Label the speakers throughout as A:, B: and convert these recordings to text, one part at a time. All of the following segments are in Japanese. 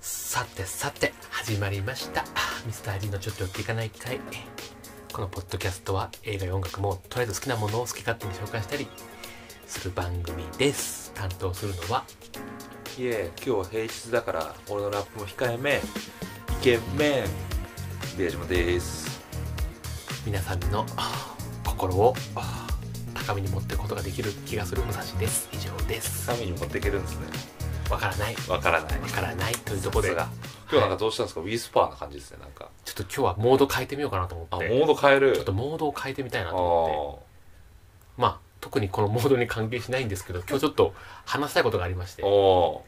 A: さてさて始まりました「ミスター d のちょっと寄っていかない会」このポッドキャストは映画や音楽もとりあえず好きなものを好き勝手に紹介したりする番組です担当するのはい
B: え今日は平日だから俺のラップも控えめイケメンデージモです
A: 皆さんのあ心をあ高みに持っていくことができる気がする武蔵です以上です
B: サミに持っていけるんですね
A: わからない
B: わからない
A: わからないというところで
B: さすが今日なんかどうしたんですか、ウィスパーな感じですねなんか
A: ちょっと今日はモード変えてみようかなと思
B: あ
A: っ
B: モ
A: て
B: ード変える
A: ちょっとモードを変えてみたいな
B: あ
A: と思ってまあ特にこのモードに関係しないんですけど今日ちょっと話したいことがありまして
B: ーお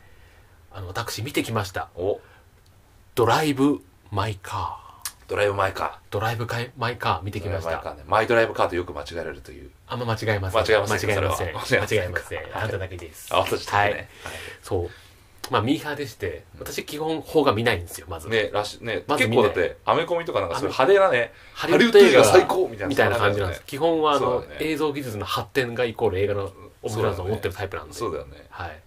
A: あの私見てきました
B: ーお
A: 「ドライブ・マイ・カー
B: ドライブマイカ」
A: ドライブ・マイ・カー見て
B: ー
A: きまし
B: ドライブマイカ
A: た
B: ーねマイドライブカーとよく間違えられるという
A: あんま間違えません
B: 間違えません
A: 間違えません
B: そ
A: 間違え
B: れは
A: ません
B: 間違えません
A: あなただけです
B: あ私だけね、
A: そうまあミーハーでして私基本邦画見ないんですよまず
B: ねらしね、
A: まず
B: 結
A: 見ない
B: 構だってアメコミとかなんかそういう派手なね
A: ハ
B: リウッド映画最高みたいな
A: みたいな感じなんです、基本はあの、
B: そうだね
A: 映像技術の発展がイコール映画の面白さを持ってるタイプなんで
B: そうだよね
A: はい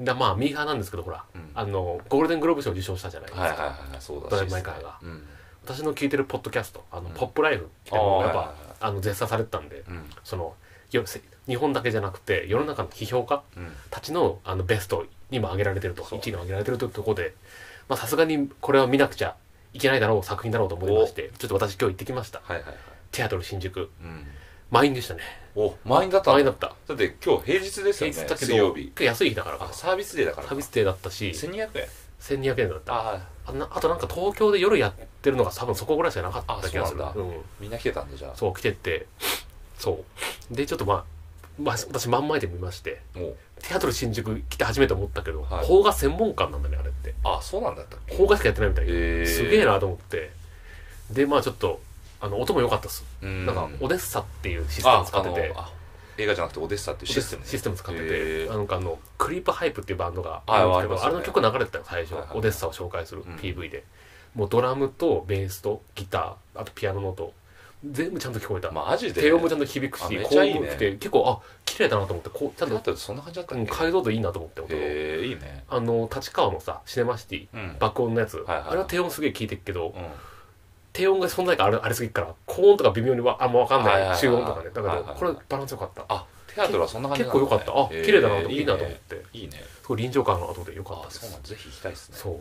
A: だまあミーハーなんですけどほら、
B: うん
A: あのゴールデングローブ賞を受賞したじゃないですか、
B: はいはいはいそうだ
A: ドライブマイカーが
B: うん
A: 私の聞いてるポッドキャスト「あの
B: うん
A: ポップライフ」っていうのがやっぱ、
B: あーはいはいはい
A: あの絶賛されてたんで
B: うん
A: そのよせ日本だけじゃなくて世の中の批評家
B: うん
A: たちのあのベストにも上げられてると
B: そう
A: 1位にも上げられてるというところでまあさすがにこれは見なくちゃいけないだろう作品だろうと思いましてちょっと私今日行ってきました
B: はいはいはい
A: テアトル新宿
B: うん
A: 満員でしたね
B: お満員だった
A: 満員
B: の
A: だった
B: だって今日平日ですよね
A: 平日だけ
B: 水
A: ど
B: 曜
A: 結
B: 日
A: 構安い日だからか
B: あサービスデーだから
A: サービスデーだったし
B: 1200円
A: 1200円だった
B: あ
A: あなあとなんか東京で夜やってるのが多分そこぐらいしかなかった気がする
B: あそううんみんな来てたんだじゃあ
A: そう来てってそうでちょっとまあ、まあ、私真ん前で見まして
B: もう
A: テアトル新宿来て初めて思ったけど
B: はい
A: 邦画、専門館なんだねあれって
B: あそうなんだったっけ
A: 邦画しかやってないみたい、
B: へー
A: すげえなと思ってでまあちょっとあの音も良かったっす、
B: うん
A: なんかオデッサっていうシステム
B: あ
A: 使
B: あ
A: って
B: の
A: て
B: あ映画じゃなくてオデッサっていうシステムね
A: システム使って
B: へ
A: て、
B: ー
A: なんかあの、クリープハイプっていうバンドがあ
B: はい
A: るんです
B: あ
A: け
B: りま
A: ど、
B: す
A: あ
B: よ
A: れ
B: ね
A: の曲流れてたよ、最初
B: はいは。い
A: オデッサを紹介する
B: うん
A: PV で。もうドラムとベースとギター、あとピアノの音、全部ちゃんと聞こえた。
B: マジで
A: 低音もちゃんと響くし
B: あ、めっ
A: 高
B: ちゃいいね
A: 音も来て、結構、あ、綺麗だなと思って、こう、ちゃん
B: だっ
A: と
B: たらそんな感じだった
A: うん
B: っ
A: 解像度いいなと思って、
B: け
A: 音の
B: へえいいね
A: あの、立川のさ、シネマシティ、
B: うん
A: 爆音のやつ、
B: はいはい
A: あれは低音すげえ聞いてるけど
B: う、ん
A: 低音が存在感あるありすぎるから、高音とか微妙にわあんまわかん
B: はいはい
A: な、
B: はいい
A: 中音とかね。だ
B: は
A: か
B: いはい
A: ら、
B: はい
A: これバランス良かった。
B: あテアトルはそんな感じ
A: 結
B: なん
A: 構
B: だね
A: 良かった。あ、
B: へー
A: 綺麗だなと思って、
B: ね
A: いいなと思って。
B: いいね
A: すごい臨場感が後で良かった
B: あ
A: で
B: そう
A: す
B: なんぜひ行きたいですね
A: そう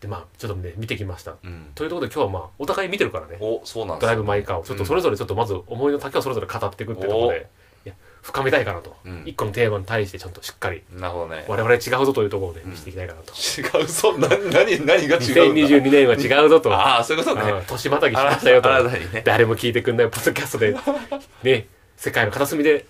A: でまあちょっとね見てきました
B: うん
A: というところで今日はまあお互い見てるからね
B: おそうなんです
A: ドライブ・マイ・カーをちょっとそれぞれちょっとまず思いの丈をそれぞれ語っていくっていうところでいや深めたいかなと、
B: うん
A: 一個のテーマに対してちゃんとしっかり
B: なるほどね
A: 我々違うぞというところで見せていきたいかなと、
B: 違うそうな何何が違うんだ
A: 2022年は違うぞと
B: ああそういうことね
A: うん年またぎしましたよと
B: 新たにね
A: 誰も聞いてくんないポッドキャストでね世界の片隅で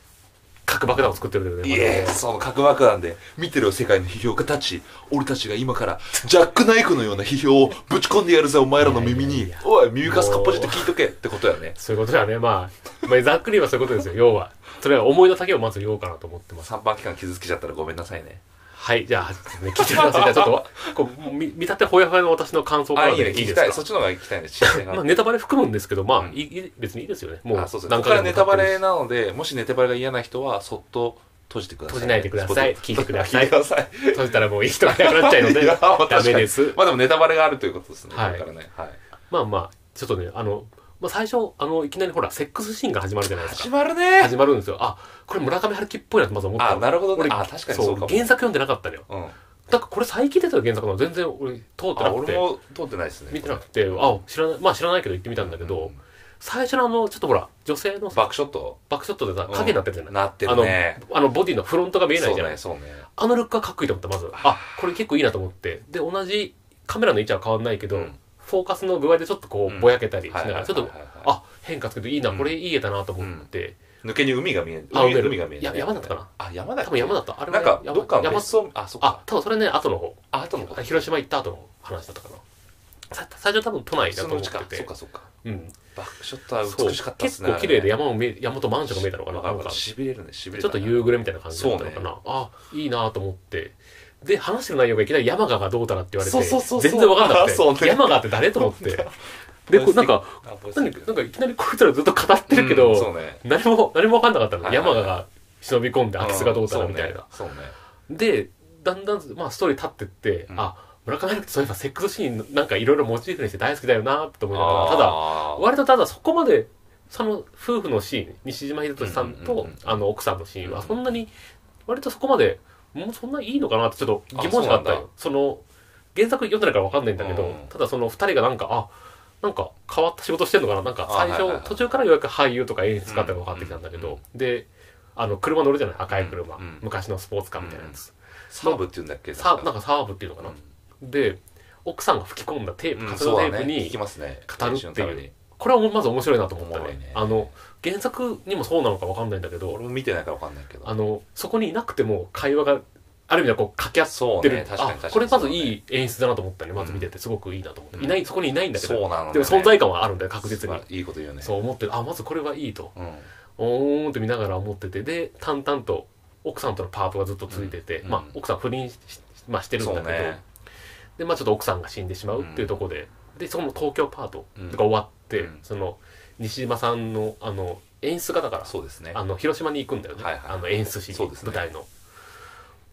A: 核爆弾を作ってるんだよね
B: い
A: またね
B: え、その核爆弾で見てる世界の批評家たち、俺たちが今からジャックナイフのような批評をぶち込んでやるぜ、お前らの
A: いや
B: 耳
A: い
B: に
A: やいや。
B: おい、耳かすかっぽじって聞いとけってことやね。
A: そういうことだね。まあ、まあ、ざっくりはそういうことですよ。要は。それは思いの丈をまず言おうかなと思ってます。
B: 三番期間傷つけちゃったらごめんなさいね。
A: はい。じゃあ、ね、聞いてください。じゃあちょっと、こう、見見立てほやほやの私の感想か
B: あ、
A: ら
B: いいね、
A: でい
B: 聞
A: い
B: き
A: で
B: たい。
A: す
B: そっ
A: か
B: ちの方が聞きたいね、新鮮が
A: まあ、。ネタバレ含むんですけど、まあ、
B: うん
A: いい別にいいですよね。もう、
B: あ、そうそう。ここ
A: 回
B: から
A: も
B: ネタバ
A: 経って
B: レ
A: るし
B: なので、もしネタバレが嫌な人は、そっと閉じてくださ
A: 閉
B: い。
A: じないでください
B: Spotify
A: 聞いてください
B: 聞いてください。
A: 閉じたらもういい人がいなくなっちゃうので、
B: いやまあ
A: ダ
B: 確か
A: メ
B: に
A: です。
B: まあでもネタバレがあるということですね。
A: はい
B: これからね。はい。
A: まあまあ、ちょっとね、あの、まあ最初、あの、いきなりほら、セックスシーンが始まるじゃないです
B: 始
A: か。
B: まるね。
A: 始まるんですよ。あ、これ村上春樹っぽいなとまず思ったの
B: あ、なるほどね
A: 俺。
B: あ、確かにそうかも。
A: 原作読んでなかったのよ。
B: うん。
A: だからこれ最近出た原作の全然俺通ってな
B: あ、
A: く
B: 俺
A: て、
B: も通ってないですね。
A: 見てなくて、あ、知らない、まあ知らないけど行ってみたんだけど、
B: うん
A: 最初のあの、ちょっとほら、女性の
B: バックショット
A: バックショットでさ、影になってるじゃない、
B: なってるね。
A: あの、あのボディのフロントが見えないじゃない、
B: そうね、そうね。
A: あのルックがかっこいいと思った、まず。あ、これ結構いいなと思って。で、同じカメラの位置は変わんないけど、
B: うん
A: フォーカスの具合でちょっとこ
B: う
A: う、
B: ん
A: ぼやけたりしなが
B: はい
A: ら、
B: はい
A: ちょっと
B: はいはいはい、
A: あ、変化つけどいいな、
B: うん
A: これいい絵だなと思って、
B: 抜けに海が見える。
A: あ
B: 海
A: 海
B: 海が見える。
A: いや山だったかな
B: あ、山だっけ
A: 多分山だった。あれは
B: なんか、
A: 山
B: どっかの
A: 山
B: 別荘、あ、そっ
A: あ
B: か。、
A: 多分それね、後の方。
B: あ、後のこと。
A: 広島行った後の話だったかな。さ最初多分都内だ
B: そ
A: と
B: の
A: 思っ
B: うち
A: て
B: か。そ
A: て
B: っ。かそっか。
A: うん。
B: バックショットは
A: そう
B: 美しかったっすね。
A: 結構綺麗で
B: や
A: 山も見え山とマンションが見えたのかななんかち
B: しびれるね、しびれ
A: ょ
B: る。
A: っと夕暮れみたいな感じだったのか
B: そう
A: な、
B: ね
A: あいいなと思ってで話してる内容がいきなり山賀がどうたらって言われて
B: そうそうそうそう
A: 全然わからなくて
B: あそうね
A: 山賀って誰と思ってでこうなんか
B: あポエ
A: なん
B: スティ
A: で
B: ッ
A: な
B: ク
A: んかいきなりこいつらずっと語ってるけど、
B: うんそうね
A: 何も何も分かんなかったの、
B: はいはいはい
A: 山が忍び込んで空き巣がどうだろうみたいな、
B: そうねそうね
A: でだんだん、まあ、ストーリー立ってって、
B: うん
A: あ村上春樹ってそういえばセックスシーンなんかいろいろモチーフにして大好きだよなって思いながらただ
B: あー
A: 割とただそこまでその夫婦のシーン西島秀俊さんと、
B: うんうんうんうん
A: あの奥さんのシーンは
B: うん
A: そんなに割とそこまでもうそんないいのかなってちょっと疑問しかあった
B: あそうなん
A: よ
B: だ
A: その原作読んでないから分かんないんだけど、
B: うん
A: ただその2人がなんかあなんか変わった仕事してんのかななんか
B: あ
A: 最
B: はいはいは
A: 初
B: い
A: 途中からようやく俳優とか演出家ってのが分かってきたんだけど、
B: うんうん
A: であの車乗るじゃない赤い車、
B: うんうん
A: 昔のスポーツカーみたいなやつ、
B: サーブって言うんだっけ
A: サーなんか
B: か
A: サーブっていうのかな、で奥さんが吹き込んだテー
B: う
A: プ、
B: ん
A: カセッ
B: そ
A: ト
B: う
A: テ
B: だ
A: ープ
B: ね
A: に
B: 聞きますね
A: 語るっていう
B: 練習のために
A: これはまず面白いなと思った
B: おもろ
A: ね
B: いね
A: あの原作にもそうなのか分かんないんだけど
B: 俺も見てないからわかんないけど
A: あのそこにいなくても会話がある意味ではこう掛け合ってる、
B: そうね確かに確か
A: あ
B: に
A: これまずいい演出だなと思ったねまず見ててすごくいいなと思って、
B: うん
A: いないそこにいないんだけど
B: そうなのね
A: でも存在感はあるんだよ確実に、
B: 素晴らいいこと言うね
A: そう思ってるあまずこれはいいと
B: うん
A: おーんって見ながら思っててで淡々と奥さんとのパートがずっと続いてて、
B: うん
A: まあ
B: うん、
A: 奥さん不倫し,、まあ、してるんだけ
B: そう
A: ど、
B: ね
A: でまあちょっと奥さんが死んでしまうっていうところで、でそこの東京パート
B: うん
A: が終わって、
B: うん
A: その西島さんのあの演出家だから
B: そうですね
A: あの広島に行くんだよね、
B: はいはい
A: あの演出しに、
B: そうですね
A: 舞台の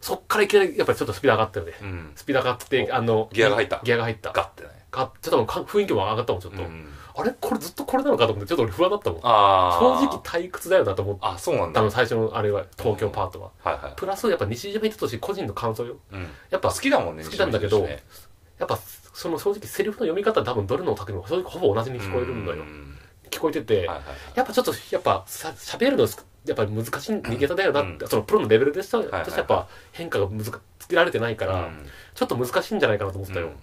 A: そっからいきなりやっぱりちょっとスピード上がったよね、
B: うん
A: スピード上がって
B: お
A: あの
B: ギアが入った
A: ギアが入った
B: ガッてね
A: かちょっとか雰囲気も上がったもんちょっと、
B: うん
A: あれこれずっとこれなのかと思ってちょっと俺不安だったもん
B: あ
A: 正
B: ー
A: 直退屈だよなと思って
B: あそうなんだ
A: あの
B: は
A: 最初のあれは東京パートは、
B: いは
A: プラスやっぱ西島秀俊個人の感想よ
B: いうん
A: やっぱ
B: 好きだもんね
A: 好きなんだけど
B: 西島秀
A: やっぱその正直セリフの読み方多分どれの作品も正直ほぼ同じに
B: 俊ね
A: 聞こえるんだよ
B: うん
A: 聞こえてて、
B: はいはいはい
A: やっぱちょっとやっぱさ喋るのやっぱ難しい逃げ方だよなって、
B: う
A: そのプロのレベルでした、
B: いはい
A: としてやっぱ変化が難つけられてないから、
B: うん
A: ちょっと難しいんじゃないかなと思ってたよ、
B: うん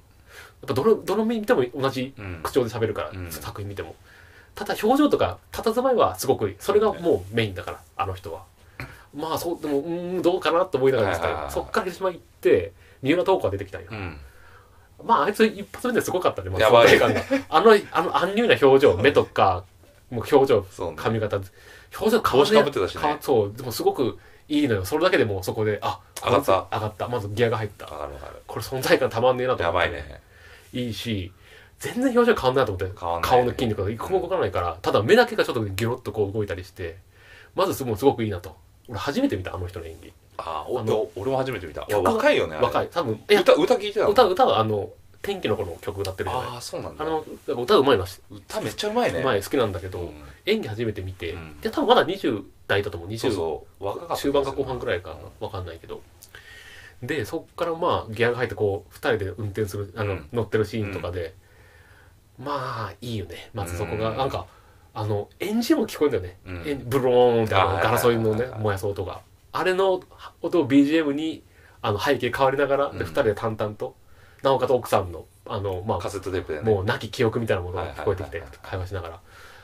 A: やっぱどのどの目見ても同じ
B: うん
A: 口調で喋るから、
B: うん
A: 作品見てもただ表情とか佇まいはすごくいいそれがもうメインだからあの人はまあそうでもうーんどうかなと思いながらですね
B: はいはいはいはい
A: そっから広島行って三浦透子が出てきたんよ、
B: うん
A: まああいつ一発目ですごかったね、まあ、
B: やばい
A: 存在感があのあの安入な表情目とかもう表情
B: そうね
A: 髪型表情変
B: 帽
A: わ
B: 子かぶってたしね
A: 変わそうでもすごくいいのよそれだけでもうそこであ
B: 上がった
A: 上がったまずギアが入った
B: わかるわかる
A: これ存在感たまんねえなと
B: や
A: 思って
B: ばいね
A: いいし、全然表情変わんないと思って、
B: 変わんない
A: 顔の筋肉が一個も動かないから、ただ目だけがちょっとギョロッとこう動いたりして、まずすごいすごくいいなと。俺初めて見た、あの人の演技。
B: あーお
A: あの
B: お俺も初めて見た
A: 曲が
B: 若いよねあれ
A: 若い。多分、いや、
B: 歌歌聞いてたの
A: 歌、歌はあの、天気の子の曲歌ってるじゃない
B: あ。あそうなんだ
A: あの、歌うまいのし、
B: 歌めっちゃうまいね
A: うまい、好きなんだけど、
B: うん
A: 演技初めて見て、
B: うん
A: で、多分まだ20代だと思う、20
B: そうそう若かった
A: 中盤か後半くらいかわかんないけどでそっからまあギアが入ってこう2人で運転するあの、
B: うん
A: 乗ってるシーンとかで、まあいいよねまずそこが、
B: うん
A: なんかあのエンジンも聞こえるんだよね、
B: うん
A: エンブローンってあの
B: あー
A: ガラスの
B: はいは
A: ね
B: いはいはい
A: 燃やす音があれの音を BGM にあの背景変わりながら、で
B: うん
A: 2人で淡々となおかつ奥さんのあのまあ
B: カセットテープでね
A: もう亡き記憶みたいなものが聞こえてきて
B: はいはいはいはい
A: 会話しながら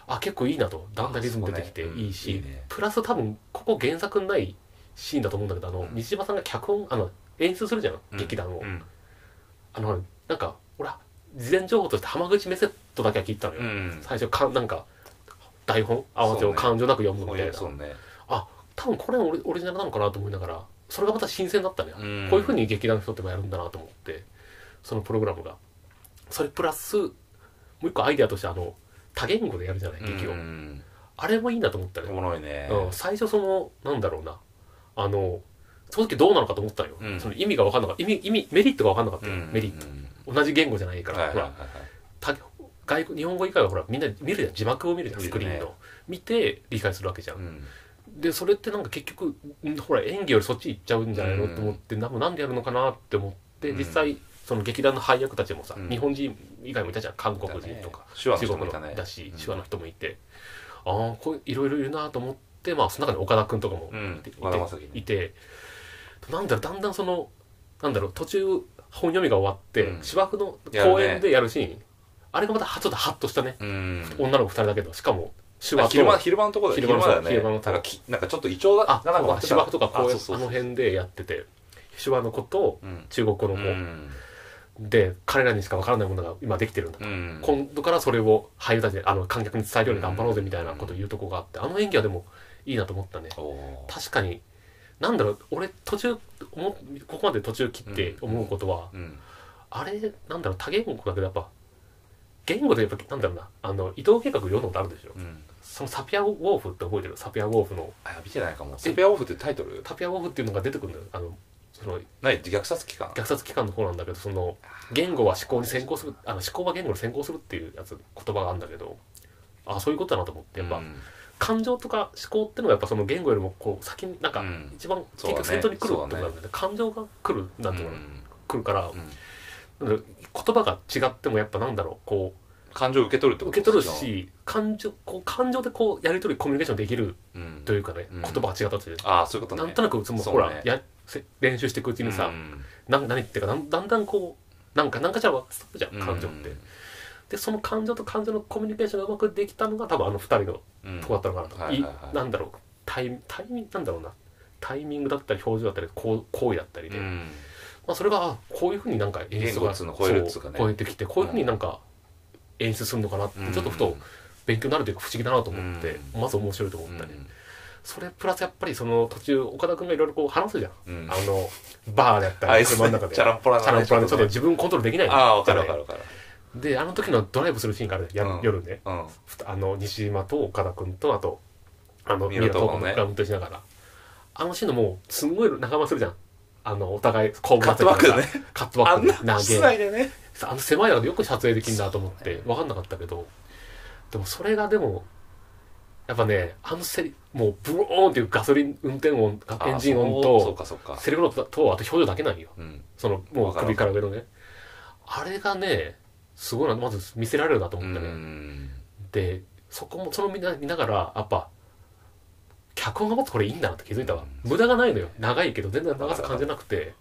A: あ結構いいなとだんだんリズム出てきて
B: あそうね
A: いいし、
B: うんいいね
A: プラス多分ここ原作にないシーンだと思うんだけどあの、
B: うん
A: 西島さんが脚本あの演出するじゃん、
B: うん
A: 劇団を、
B: うん
A: あのなんか俺は事前情報として浜口メセットだけは聞いたのよ、
B: うん
A: 最初かなんか台本合わせ
B: そう
A: を
B: ね
A: 感情なく読む
B: そ
A: みた
B: う
A: い
B: ね
A: な、
B: そうね
A: 多分これオリオリジナルなのかなと思いながらそれがまた新鮮だったね、
B: うん
A: こういうふうに劇団の人ってもやるんだなと思ってそのプログラムがそれプラスもう一個アイデアとしてあの多言語でやるじゃない劇を、
B: うん
A: あれもいいなと思った
B: お
A: ね、
B: もろいね
A: うん、最初そのなんだろうなあのその時どうなのかと思ったよ、
B: うん
A: その意味が分かんなかった意味意味メリットが分かんなかったよ、
B: うん
A: メリッ
B: うん
A: ト同じ言語じゃないから、
B: はいはい
A: ほ
B: はい
A: ら多外国日本語以外はほらみんな見るじゃん字幕を見るじゃんスクリーンの
B: 見
A: 見
B: る
A: て理解するわけじゃん
B: う、ん
A: でそれってなんか結局んほら演技よりそっち行っちゃうんじゃないの
B: うん
A: と思ってななんでやるのかなって思って
B: うん
A: 実際その劇団の配役たちもさ、
B: うん
A: 日本人以外もいたじゃん韓国人とか、
B: 手話の
A: 中
B: 人
A: 国
B: もい
A: の
B: たね
A: だし
B: うん
A: 手話の人もいて、ああこういろいろいるなと思ってまあその中に岡田君とかも
B: うん
A: いて,いて、
B: 岡田将生ね
A: いてなんだろうだんだんそのなんだろう途中本読みが終わって、
B: うん
A: 芝生の
B: やるね
A: 公園でやるシーン、あれがまたはちょっとハッとしたね、
B: うん
A: 女の子2人だけどしかも手話と
B: 昼間昼間のとこだよ
A: 昼間の
B: だよね
A: 昼間のとこ
B: なんかきなんかちょっとイチョウ
A: あ、
B: だな
A: なんん
B: か
A: か
B: ってた
A: 芝生とか公園
B: あそう
A: あの
B: そうそう
A: 辺でやってて、芝の子と
B: うん
A: 中国語の子、
B: うん
A: で、彼らにしかわからないものが今できてるんだ。
B: うん
A: 今度からそれを俳優たちで、あの、観客に伝えるように頑張ろうぜみたいなことを言うとこがあって、あの演技はでもいいなと思ったね。
B: おー
A: 確かに、なんだろう、俺途中、思っここまで途中切って思うことは、
B: うん
A: あれ、なんだろう、多言語だけどやっぱ、言語でやっぱなんだろうなあの移動計画読んだことあるでしょ
B: うん
A: そのサピア・ウォーフって覚えてるサピア・ウォーフの
B: あ見てないかもセペアオフってタイトル
A: タピア・ウォーフっていうのが出てくるんだよあのその
B: ないって虐殺期間
A: 虐殺機関の方なんだけどその言語は思考に先行するあの思考は言語に先行するっていうやつ言葉があるんだけどあそういうことだなと思ってやっぱ、
B: うん
A: 感情とか思考ってのがやっぱその言語よりもこう先になんか
B: うん
A: 一番
B: そう
A: 結
B: だ
A: 局先
B: ね
A: 頭に来るって
B: そ
A: こ
B: う
A: と
B: だ
A: な
B: ね
A: んだよね感情が来るなんていう
B: う
A: のかなん来るから
B: うん
A: なんか言葉が違ってもやっぱなんだろうこ
B: 感情を受け取るって
A: う
B: こ
A: 受
B: と
A: け取る、し感情こう感情でこうやり取りコミュニケーションできる
B: うん
A: というかね、
B: うん
A: 言葉が違ったという
B: ああそういうことね
A: なんとなくその
B: そう
A: ほ
B: ね
A: ら、やせ練習していくうちにさ、
B: うん
A: な何言ってるかだんだんだんこうなんかなんかじゃ分かるじゃん感情って、でその感情と感情のコミュニケーションがうまくできたのが多分あの二人の
B: うん
A: とこだったのかなと、
B: はいはいはい
A: いなんだろうタイタイミングなんだろうなタイミングだったり表情だったり行行為だったりで、
B: う
A: ま
B: ん
A: あ、それがあこういうふうになんか演
B: 言
A: 出
B: 語っ
A: が
B: つうの
A: こ
B: 超えるっつうかね
A: う超えてきてこういうふうになんか演出するのかなって、ちょっとふと勉強になるというか不思議だなと思って、まず面白いと思ったね、それプラスやっぱりその途中岡田君がいろいろこう話すじゃん、
B: うんうん
A: あのバーだった
B: あ
A: り
B: いつ
A: 車の中で
B: チャランポラ
A: チャランポラでちょっと
B: と
A: 自分コントロールできないの
B: ああわかるわかるわかる
A: であの時のドライブするシーンがあるじゃんや
B: うん
A: 夜ね
B: うん
A: ふたあの西島と岡田君とあとあの
B: 三
A: 三
B: 浦
A: 浦
B: と
A: 透子
B: ね
A: の運転しながらあのシーンのもうすんごい仲間するじゃんあのお互いこう
B: カットバックでね
A: カット
B: あ
A: バック
B: ん
A: で
B: な
A: 投
B: 室
A: げ
B: 内でね
A: さあの狭い中でよく撮影できるなと思っ
B: そう
A: て
B: ね
A: 分かんなかったけどでもそれがでもやっぱねあのセリもうブローンっていうガソリン運転音がエンジン音
B: あそうそう
A: と
B: かそうか
A: セリフの音とあと表情だけなんよ
B: うん
A: そのもう首から上のねあれがねすごいなまず見せられるなと
B: う
A: 思ったね、
B: ん
A: でそこもその見な見ながらやっぱ脚本がまずこれいいんだなって気づいたわ、無駄がないのよ長いけど全然長さ感じなくて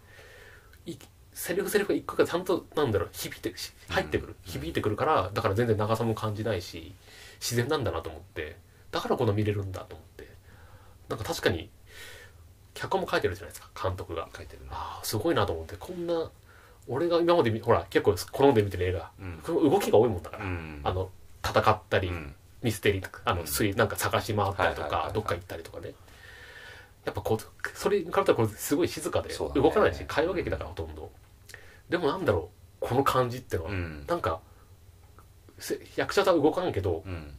A: いセリフセリフが一個がちゃんとなんだろう響いてし入ってくる、響いてくるからだから全然長さも感じないし自然なんだなと思ってだからこの見れるんだと思ってなんか確かに脚本も書いてるじゃないですか監督が
B: 書いてるな
A: ああすごいなと思ってこんな俺が今まで見ほら結構好んで見てる映画
B: うん
A: この動きが多いもんだから、
B: うん
A: あの戦ったり、
B: うん
A: ミステリーとかあ
B: う
A: の
B: ん
A: 水なんか探し回ったりと
B: はいはいはいは
A: か
B: い
A: どっか行ったりとかねやっぱこうそれに比べたらこれすごい静かで
B: そうだね
A: 動かないし、会話劇だからほとんどでもなんだろうこの感じってのは、
B: うん
A: なんかせ役者さんは動かんけど
B: うん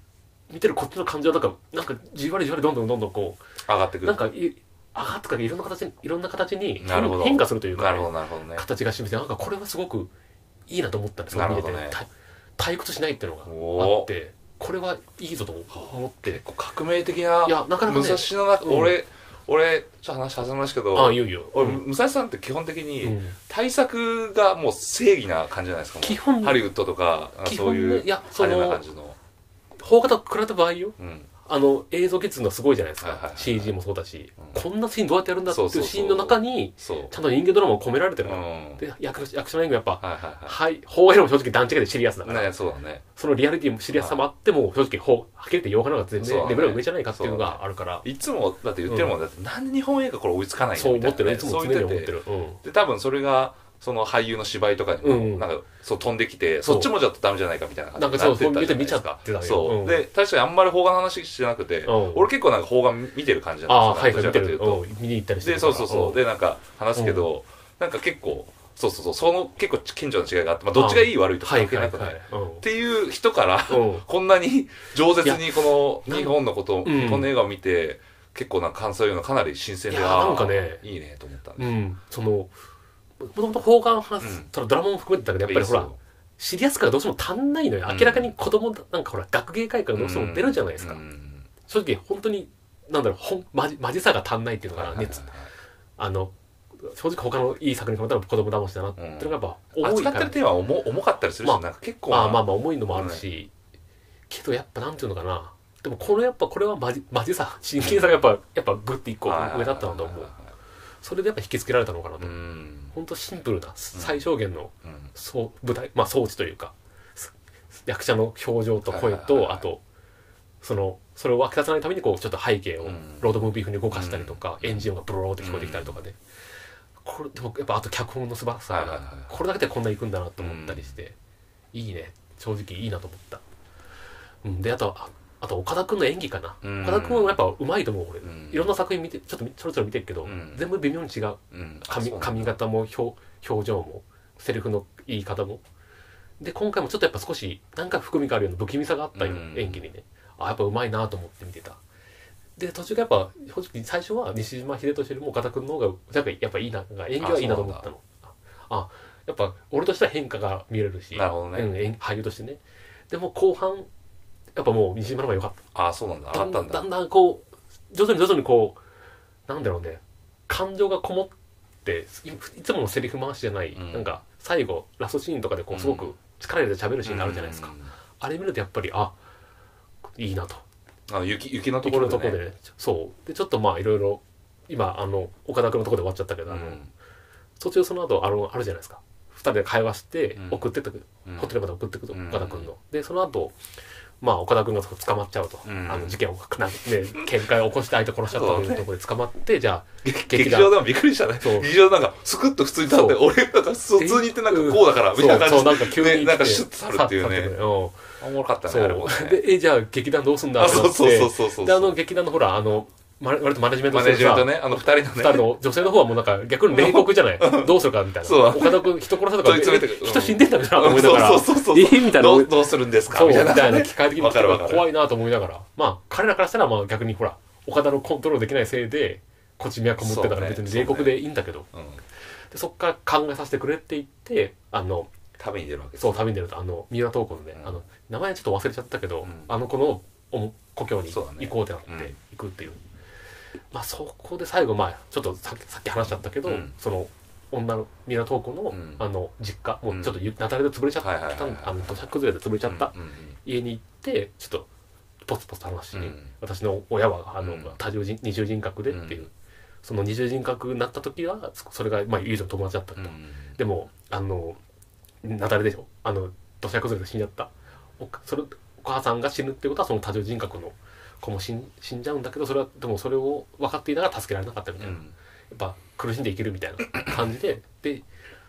A: 見てるこっちの感情はなんかなんかじわりじわりどんどんどんどんこ
B: 上がって
A: う
B: く
A: な
B: る
A: んかい上がってくるいろんな形にいろんな形に
B: なるほど
A: 変化するというかね、
B: なるほどなるほどね
A: 形が示してなんかこれはすごくいいなと思ったんです
B: なるほどね
A: 見ててた退屈しないっていうのが
B: おー
A: あってこれはいいぞと思って
B: こう革命的ない
A: やなかなか
B: 武
A: ね
B: 蔵野中
A: うん
B: 俺俺ちょっと話弾みますけ
A: ああ
B: ど
A: いよいよ、
B: 俺
A: うん
B: 武蔵さんって基本的に、
A: うん
B: 対策がもう正義な感じじゃないですかもう
A: 基本
B: ハリウッドとかあ
A: 基
B: そう
A: 本
B: い
A: ね
B: う
A: いやそ
B: 派手な
A: の
B: 感じの、
A: 邦画と比べた場合よ
B: うん、
A: あの映像技術がすごいじゃないですか、
B: はいはいはい
A: CG もそうだし、
B: うん
A: こんなシーンどうやってやるんだってい
B: そうそう
A: う
B: そう
A: シーンの中に
B: そう
A: ちゃんと人間ドラマを込められてる
B: うん
A: の、
B: はい
A: で役役者の演技もやっぱ、
B: はいは
A: はい、邦映も正直段違いでシリアスだ
B: い
A: から、
B: ねそうだね
A: そのリアリティもシリアスさもあっても、正直、ほう、はっきり言って洋画の方が全
B: そうだ
A: 然
B: ね
A: レベルが上じゃないかっていうのがあるから、
B: いつもだって言ってるもん、だってなんで日本映画これ追いつかないんだ
A: そう
B: みた
A: 思
B: いな
A: ってる、
B: ね
A: いつも
B: そう
A: 常
B: 言
A: に
B: っ
A: 思って
B: てて
A: る。うん
B: で多分それがその俳優の芝居とかにも、
A: うんうん
B: なんかそう飛んできて
A: そう
B: そっちもちょっとダメじゃないかみたいな
A: な
B: 感
A: ん
B: じ
A: か
B: にな
A: そう、
B: っ
A: そ
B: て
A: う
B: た
A: 見
B: じ
A: て
B: ゃ
A: 見ちゃっ
B: ないですか
A: てたよ。
B: そう、
A: ん、
B: で確かにあんまり邦画の話してなくて、
A: うん
B: 俺結構なんか邦画見てる感じ
A: ああ
B: なん
A: ー、は
B: で
A: い、は
B: す
A: い、見
B: よ、ど
A: て
B: ちらかという
A: る。
B: と、
A: うん、見に行ったりして
B: で
A: るか
B: そ
A: ら。
B: うそうそう、
A: ん
B: でなんか話すけど、なんか結構そうそうそうその結構近所の違いがあって、まあ、どっちがいい悪いとか
A: はい、
B: 関係
A: は、
B: ないくて、
A: はい。
B: っ
A: う
B: ていう人から、
A: ん。うん
B: こんなに饒舌にこの日本のことを、
A: うん
B: 日本の映画を見て結構なんか感想言うのかなり新鮮で
A: いや
B: あー
A: なんかね
B: いいねと思ったんで
A: うん、その、もともと邦画の話
B: うん、
A: そのドラマも含めてたけど、やっぱりほ
B: いい
A: ら
B: で、
A: シリアスからどうしても足んないのよ
B: う。ん
A: 明らかに子供、なんかほら、学芸会からどうしても出るじゃないですす
B: よ
A: か
B: う。ん
A: 正直、本当に、なんだろう、ほん、まじ、まじさが足んないっていうの
B: はい
A: か
B: は
A: な、
B: いはい
A: 熱あの、正直他のいい作品に比べたら子供騙しだなっていうのがやっぱ多いか
B: 扱って
A: ら
B: る。テーマは重重かったりするし、
A: まあ
B: なんか結構
A: ま
B: な
A: あまあまあ重いのもあるし、けどやっぱなんていうのかなでもこのやっぱこれはマジマジさ真剣さがやっぱやっぱグッて一個
B: はいはいはい
A: 上だったなと思うそれでやっぱ引きつけられたのかなと、
B: う
A: ほん、
B: ん
A: 本当シンプルな最小限の
B: うん
A: そう舞台まあ装置というかす役者の表情と声
B: はいはいはいはい
A: とあとそのそれを沸き立たないためにこうちょっと背景を
B: うん
A: ロードムービー風に動かしたりとか、
B: うん
A: エンジン音がブローって聞こえてきたりとかね、これでもやっぱあと脚本の素晴らしさ
B: はい
A: が、
B: はいはい
A: これだけでこんなにいくんだなと思ったりして、いいね正直いいなと思った、うん、であとああと岡田君の演技かな、
B: うん
A: 岡田君はやっぱうまいと思う俺、
B: うん
A: いろんな作品見てちょっとちょろちょろ見てるけど、
B: うん
A: 全部微妙に違う
B: うんあ
A: 髪
B: そうなんだ
A: 髪型も表表情もセリフの言い方もで今回もちょっとやっぱ少しなんか含みがあるような不気味さがあったよ、
B: うん
A: 演技にねあやっぱうまいなと思って見てたで途中からやっぱ正直最初は西島秀俊よりも岡田君の方がなんかやっぱいいななんか演技はいいなと思ったのあやっぱ俺としては変化が見れるし
B: なるほどね
A: うん演俳優としてねでも後半やっぱもう西島の方が良かった
B: ああそうなんだ上がったんだ
A: だんだんこう徐々に徐々にこうなんだろうね感情がこもっていいつものセリフ回しじゃない、
B: うん
A: なんか最後ラストシーンとかでこ
B: う
A: うんすごく力入れて喋るシーンがあるじゃないですか、
B: うん
A: あれ見るとやっぱりあいいなと
B: あの雪雪のと
A: と
B: こ
A: こ
B: ろ
A: ろ
B: で、
A: と
B: ね、
A: ころで、そうでちょっとまあいろいろ今あの岡田君のところで終わっちゃったけど、あの途中その後あのあるじゃないですか2人で会話して
B: うん
A: 送ってった、
B: うんうん
A: ホテルまで送ってくと、
B: うん
A: 岡田君の。で、その後、まあ、岡田君が捕まっちゃうと。
B: うん
A: あの、事件を、なね、見解を起こして相手殺しちゃったと
B: そう
A: い
B: ね
A: うところで捕まって、じゃ
B: 劇
A: 劇
B: 劇
A: 団
B: 場でもびっくりしたね
A: そう
B: 劇場なんかスクッと普通に立って
A: そ
B: 俺なんか普通にってなんかこうだか
A: あ、
B: らみ
A: そう、
B: たいな
A: そう、
B: 感
A: なんか急に来て、
B: ねなんかシュッと去るっていうね
A: 去ってくるうん
B: じおもろかったねあれも
A: そう。
B: ね
A: で、え、じゃあ劇団どうすんだ
B: あ
A: ってな
B: そ
A: っ
B: う
A: て
B: そうそうそうそう
A: で、あの劇団のほら、あの、ま割とマネジメント
B: マ
A: してる
B: ネジメン
A: さ
B: ト、ねあの二人のね
A: 二人の女性の方はもうなんか逆に冷酷じゃないどうするかみたいな。
B: そう
A: 岡田君人殺したとか、
B: 問い詰めてくる
A: え
B: うん
A: 人死んでんだみたいな思いながら。
B: そうそうそうそう
A: えみたいな
B: どうどうするんですか
A: そう
B: み
A: み
B: た
A: た
B: い
A: い
B: な
A: な,、
B: ね
A: 機械的に
B: わ
A: 来
B: か
A: た
B: る
A: ら
B: わかる
A: 怖いなと思いながらまあ彼らからしたらまあ逆にほら岡田のコントロールできないせいでこっち脈こもってたか
B: そう
A: ら
B: ね
A: 別に
B: そうね
A: 冷酷でいいんだけど
B: うん
A: でそっから考えさせてくれって言ってあの
B: 旅に出るわけです
A: そう旅に出るとあの三浦透子のね、
B: うん
A: あの名前ちょっと忘れちゃったけど、
B: うん
A: あの子のお故郷に
B: そうだね
A: 行こうってなって
B: うん
A: 行くっていう、まあそこで最後まあちょっとさっきさっき話しちゃったけど、
B: うん
A: その女の三浦透子の,、
B: うん
A: あの実家もうちょっとゆ雪崩で潰れちゃった、
B: はいはいはいはい
A: あの土砂崩れで潰れちゃった、
B: うんうん
A: 家に行ってちょっとポツポツ話して、
B: うん
A: 私の親はあの、
B: うん
A: 多重人二重人格でっていう、
B: うん
A: その二重人格になった時はそそれが、まあ、唯一の友達だったと、
B: うん
A: でもあの雪崩でしょあの土砂崩れで死んじゃったおそれお母さんが死ぬってことはその多重人格の子も死ん死んじゃうんだけどそれはでもそれを分かっていながら助けられなかったみたいな、やっぱ苦しんでいけるみたいな感じでで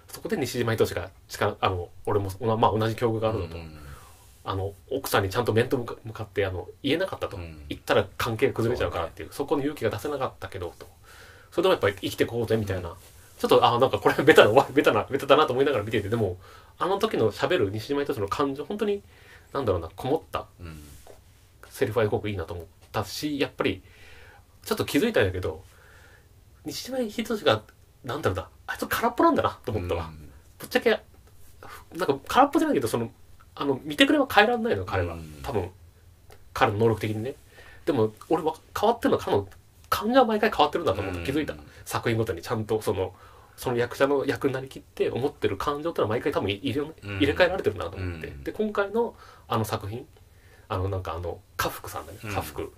A: そこで西島仁が力あの俺も、まあ、同じ境遇があるのと、
B: うん
A: あの奥さんにちゃんと面と向か向かってあの言えなかったと、
B: うん
A: 言ったら関係崩れちゃうからっていうそこの勇気が出せなかったけどとそれでもやっぱり生きてこうぜみたいな、ちょっとあなんかこれはベタなわベタなベタだなと思いながら見ててでもあの時の喋る西島一つの感情本当になんだろうなこもった
B: うん
A: セリフはすごくいいなと思ったしやっぱりちょっと気づいたんだけど西島秀俊がなんだろうなあいつ空っぽなんだなと思ったわ、
B: うん
A: ぶっちゃけなんか空っぽじゃないけどそのあの見てくれは変えられないの彼は、
B: うん
A: 多分彼の能力的にねでも俺は変わってるのは彼の感情は毎回変わってるんだと思って気づいた、
B: うん
A: 作品ごとにちゃんとそのその役者の役になりきって思ってる感情ってのは毎回多分入れ
B: うん
A: 入れ替えられてるなと思って、
B: うん
A: で今回のあの作品あのなんかあの家福さんだね
B: うん
A: 家福、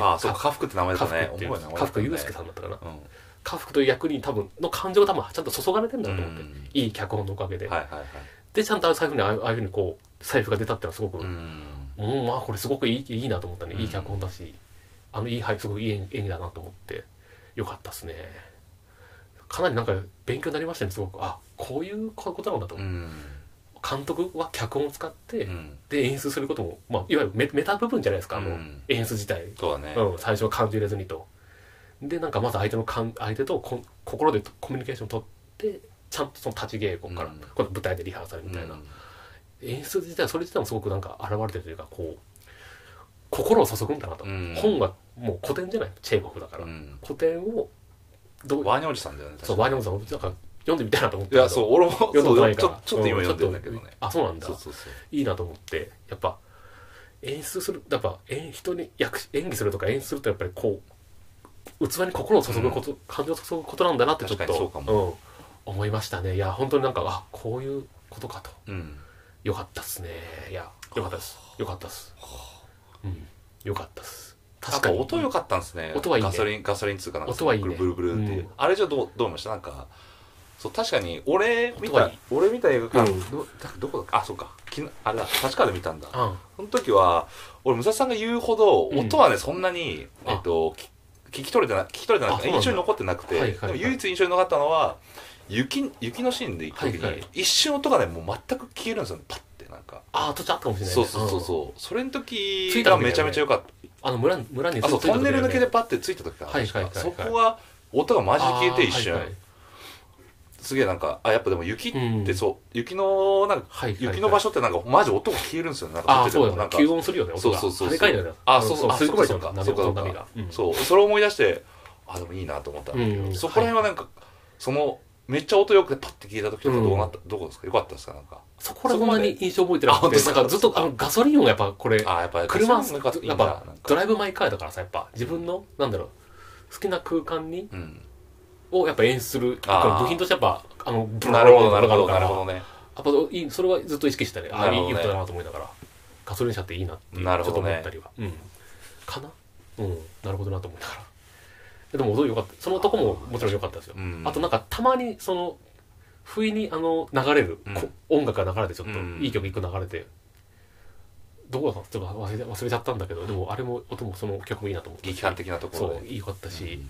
B: ああそうか家福って名前だ
A: 家
B: ね
A: 福っていう
B: 重い名前だね
A: 家福祐介さんだったかな
B: うん
A: 家福という役に多分の感情が多分ちゃんと注がれてるんだと思って、
B: うん
A: いい脚本のおかげで、
B: はいはいはい
A: でちゃんとああいう財布にああいうああいうふうにこう財布が出たってのはすごく、
B: うん
A: うんまあこれすごくいいいいなと思ったね
B: うん
A: いい脚本だし、あのいい俳すごくいい演演技だなと思ってよかったですねかなりなんか勉強になりましたねすごくあこういうことなんだと、
B: うん
A: 監督は脚本を使って、
B: うん
A: で演出することも、まあ、いわゆるメメタ部分じゃないですかあの、
B: うん
A: 演出自体、
B: そうだね
A: うん、最初は感情入れずにとでなんかまず相手の感相手とこ心でコミュニケーション取ってちゃんとその立ち稽古から、
B: うん
A: この舞台でリハーサルみたいな、
B: うん
A: 演出自体それ自体もすごくなんか現れてるというかこう心を注ぐんだなと、
B: うん
A: 本はもう古典じゃないチェーホフだから、
B: うん
A: 古典をどう
B: ワーニョおじさんだよね
A: そう
B: 確か
A: ワーニョンさんなんか読んでみたいなと思って
B: いやそう俺も
A: 読んだこと
B: そ
A: な
B: う
A: い
B: ち
A: か
B: ょ
A: ら
B: ちょっと今読んでん
A: う
B: だけどね
A: あそうなんだ
B: そうそうそう
A: いいなと思ってやっぱ演出するやっぱ演人に役演技するとか演出するとやっぱりこう器に心を注ぐこと、感情を注ぐことなんだなってちょっと
B: 確かにそうかも
A: うん、思いましたねいや本当になんかあこういうことかと
B: うん
A: よかったっすねいやよかったですよかったっすうんよかったっす
B: 確
A: 確
B: か
A: か
B: に
A: に
B: 音良かったんですね
A: 音はいいね
B: ガソリンガソリンっつうかなんか
A: 音はいいね
B: ブルブルブルってい
A: う
B: う、
A: ん
B: あれじゃどうどう思いましたなんかそう確かに俺見
A: 音は
B: た
A: いい
B: 俺見た映画館、
A: うん
B: どどこだっけあそうか昨日あれだ確かで見たんだ
A: うん
B: その時は俺武蔵さんが言うほど
A: うん
B: 音はね、そんなに
A: あ
B: えっとき聞き取れてな聞き取れてな
A: あ
B: く
A: そうなんだ
B: 印象に残ってなくて、
A: はいはいはい
B: でも唯一印象に残ったのは雪雪のシーンで行った時に、
A: はいはい
B: 一瞬音がねもう全く消えるんですよねパッてなんか
A: ああ途中あったかもしれない
B: そう
A: ね、
B: そ
A: う
B: うそう
A: ん
B: そう、それの時
A: 着いた時だ
B: が
A: よね
B: めちゃめちゃ良かった
A: あの村に村に
B: あそう
A: 着いた
B: ト
A: 時
B: ン
A: だ
B: ネ
A: よね
B: ル抜けてパッてついた時かな、
A: はいはいはいはい
B: そこは音がマジで消えて
A: あー
B: 一
A: はい
B: 瞬
A: はい
B: すげえなんかあやっぱでも雪ってそう、雪のなんか、
A: はいはいはい
B: 雪の場所ってなんかマジ音が消えるんですよねなんか
A: あ
B: 降
A: あ、
B: ってて
A: そ
B: も
A: うだ
B: な
A: なんんか
B: か
A: 吸音するよね。音
B: そう
A: が
B: そうそうそう
A: 跳ね返るよね。
B: あそうそう
A: 吸い込まれちゃう
B: そ
A: か
B: う
A: ら、
B: か
A: そか
B: そううかそうか
A: 波が。うん
B: そうそれを思い出してあでもいいなと思ったんだけど、
A: うん
B: そこら辺はなんか、そのめっちゃ音よくてパッて聞いた時とかどうなった、どこですかよかったですかなんか
A: そこらそんなに印象覚えてな
B: あ
A: く
B: 本当で
A: て、
B: す
A: な
B: か
A: んかずっとあのガソリン音がやっぱこれ、
B: あやっぱり
A: 車は
B: そういうのがいい
A: や
B: な
A: っぱ
B: なん
A: ド
B: か
A: ライブ・マイ・カーだからさ、やっぱ自分の、なんだろう、好きな空間に、
B: うん
A: をやっぱ演出する、
B: あー
A: 部品としてやっぱ、あの、ブ
B: なるほどなるほ
A: ブロー
B: どな
A: ブ
B: る
A: ローブロ
B: ほ
A: ー
B: どね
A: ブローブローブローやっぱいい、それはずっと意識してたね。ああ、
B: なる
A: い
B: ほど
A: い
B: ね
A: ことだなと思いながら、ガソリン車っていいなっていう、ち
B: な
A: ょ
B: る
A: っ
B: ほ
A: と
B: ど
A: 思
B: ね
A: ったりは。うん。かなうん。なるほどなと思いながら。でも、踊り良かった。そのとこももちろん良かったですよ。
B: うん
A: あとなんかたまにその不意にあの流れる、
B: うん
A: こ音楽が流れてちょっと、
B: うん
A: いい曲一個流れてどこだかちょっと忘れ忘れちゃったんだけどでもあれも音もその曲もいいなと思って
B: 劇感的なところ
A: そう
B: で
A: いいよかったし、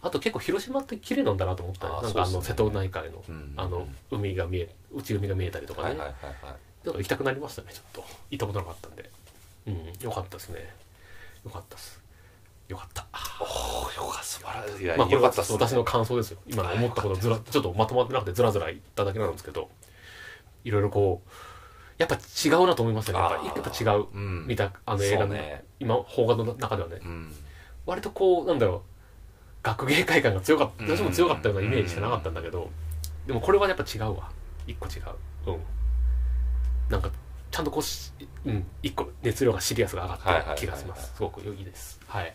A: あと結構広島って綺麗なんだなと思ったね
B: あー
A: なんかあ
B: そ
A: の
B: うっす
A: 瀬
B: ね
A: 戸内海の、
B: うん
A: あの海が見え内海が見えたりとかね、
B: はいはいはいはい
A: だから行きたくなりましたねちょっと行ったことなかったんでうんよかったですねよかったですよかった
B: おーよかった素晴らしいいや
A: まあ、これ
B: よか
A: は
B: ったっすね
A: 私の感想ですよ。今の思ったことずら、ちょっとまとまってなくてずらずら言っただけなんですけど、いろいろこう、やっぱ違うなと思いますよね。やっぱ
B: あー
A: やっぱ違う。
B: うん
A: 見た、あの映画
B: そう
A: の、
B: ね
A: 今、邦画の中ではね、
B: うん
A: 割とこう、なんだろう、学芸会感が強かった、
B: うん
A: 私も強かったようなイメージしてなかったんだけど、でもこれはやっぱ違うわ。一個違う。うん。なんか、ちゃんとこうし、うん、一個熱量がシリアスが上がった気がします。すごく良いです。はい。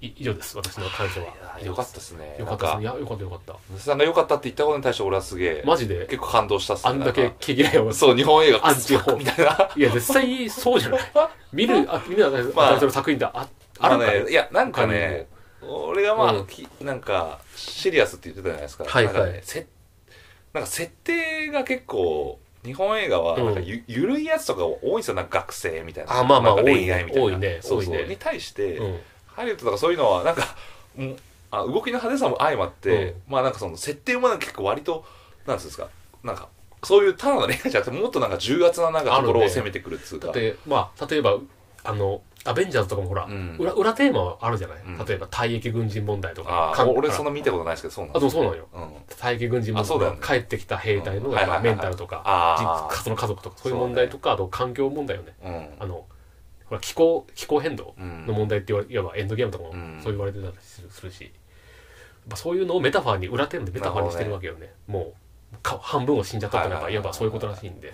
A: い以上です、私の感想は。
B: い
A: 以上
B: やよか
A: で
B: っ
A: す
B: たですね
A: よかったです
B: なん
A: ね。いや、よかったよかった。
B: 布施さんが良かったって言ったことに対して俺はすげえ
A: マジで、
B: 結構感動したっすね
A: あん
B: な
A: だ
B: か
A: け毛嫌いを。
B: そう日本映画
A: アンチ法
B: みたいな
A: いや、絶対そうじゃない。見る、あ、見る、
B: まあ
A: あ、その作品ってあ、あるん
B: ま
A: だ
B: あ
A: よ
B: ねい。やなんか
A: 他にも
B: ね俺がまあ、
A: うん
B: きなんかシリアスって言ってたじゃないですか
A: はいはい
B: なんかねせなんか設定が結構日本映画はなんかゆ、ゆるいやつとか多いんですよなんか学生みたいな
A: あまあまあ
B: なんか恋愛みたいな
A: 多いね
B: そうそう
A: 多いね
B: に対して、
A: うん。
B: ハリウッドとかそういうのはなんかうんあ動きの派手さも相まって、
A: うん
B: まあなんかその設定もなんか結構割となんていうんですかなんかそういうただの恋愛じゃなくてもっとなんか重圧ななんかと
A: あ
B: ころ
A: る
B: を
A: ね
B: 攻めてくるっつう
A: だ
B: か
A: って、まあ、例えば、あの、アベンジャーズとかもほら、
B: うん
A: 裏、裏テーマはあるじゃない、
B: うん
A: 例えば、退役軍人問題とか
B: あ。あ
A: 韓国
B: 俺そんな
A: あ
B: 見たことないですけどそうなん
A: あ、でもそうなのよ。
B: うん
A: 退役軍人問
B: あそうだよ
A: 題、
B: ね
A: 帰ってきた兵隊の
B: うん
A: やっ
B: はい
A: ぱ
B: はいはい
A: メ
B: はい
A: ンタルとか、
B: ああ
A: その家族とか、そういう問題とか、あと環境問題よね。
B: うん
A: あの、ほら、気候、気候変動。
B: うん
A: の問題って言わいわばエンドゲームとかも
B: うん
A: そう言われてたりするするし、まあ、そういうのをメタファーに裏手でメタファーにしてるわけよねもうか半分を死んじゃったってのはやっ
B: は
A: ぱ
B: い
A: い
B: はいはいはい
A: わばそういうことらしいんで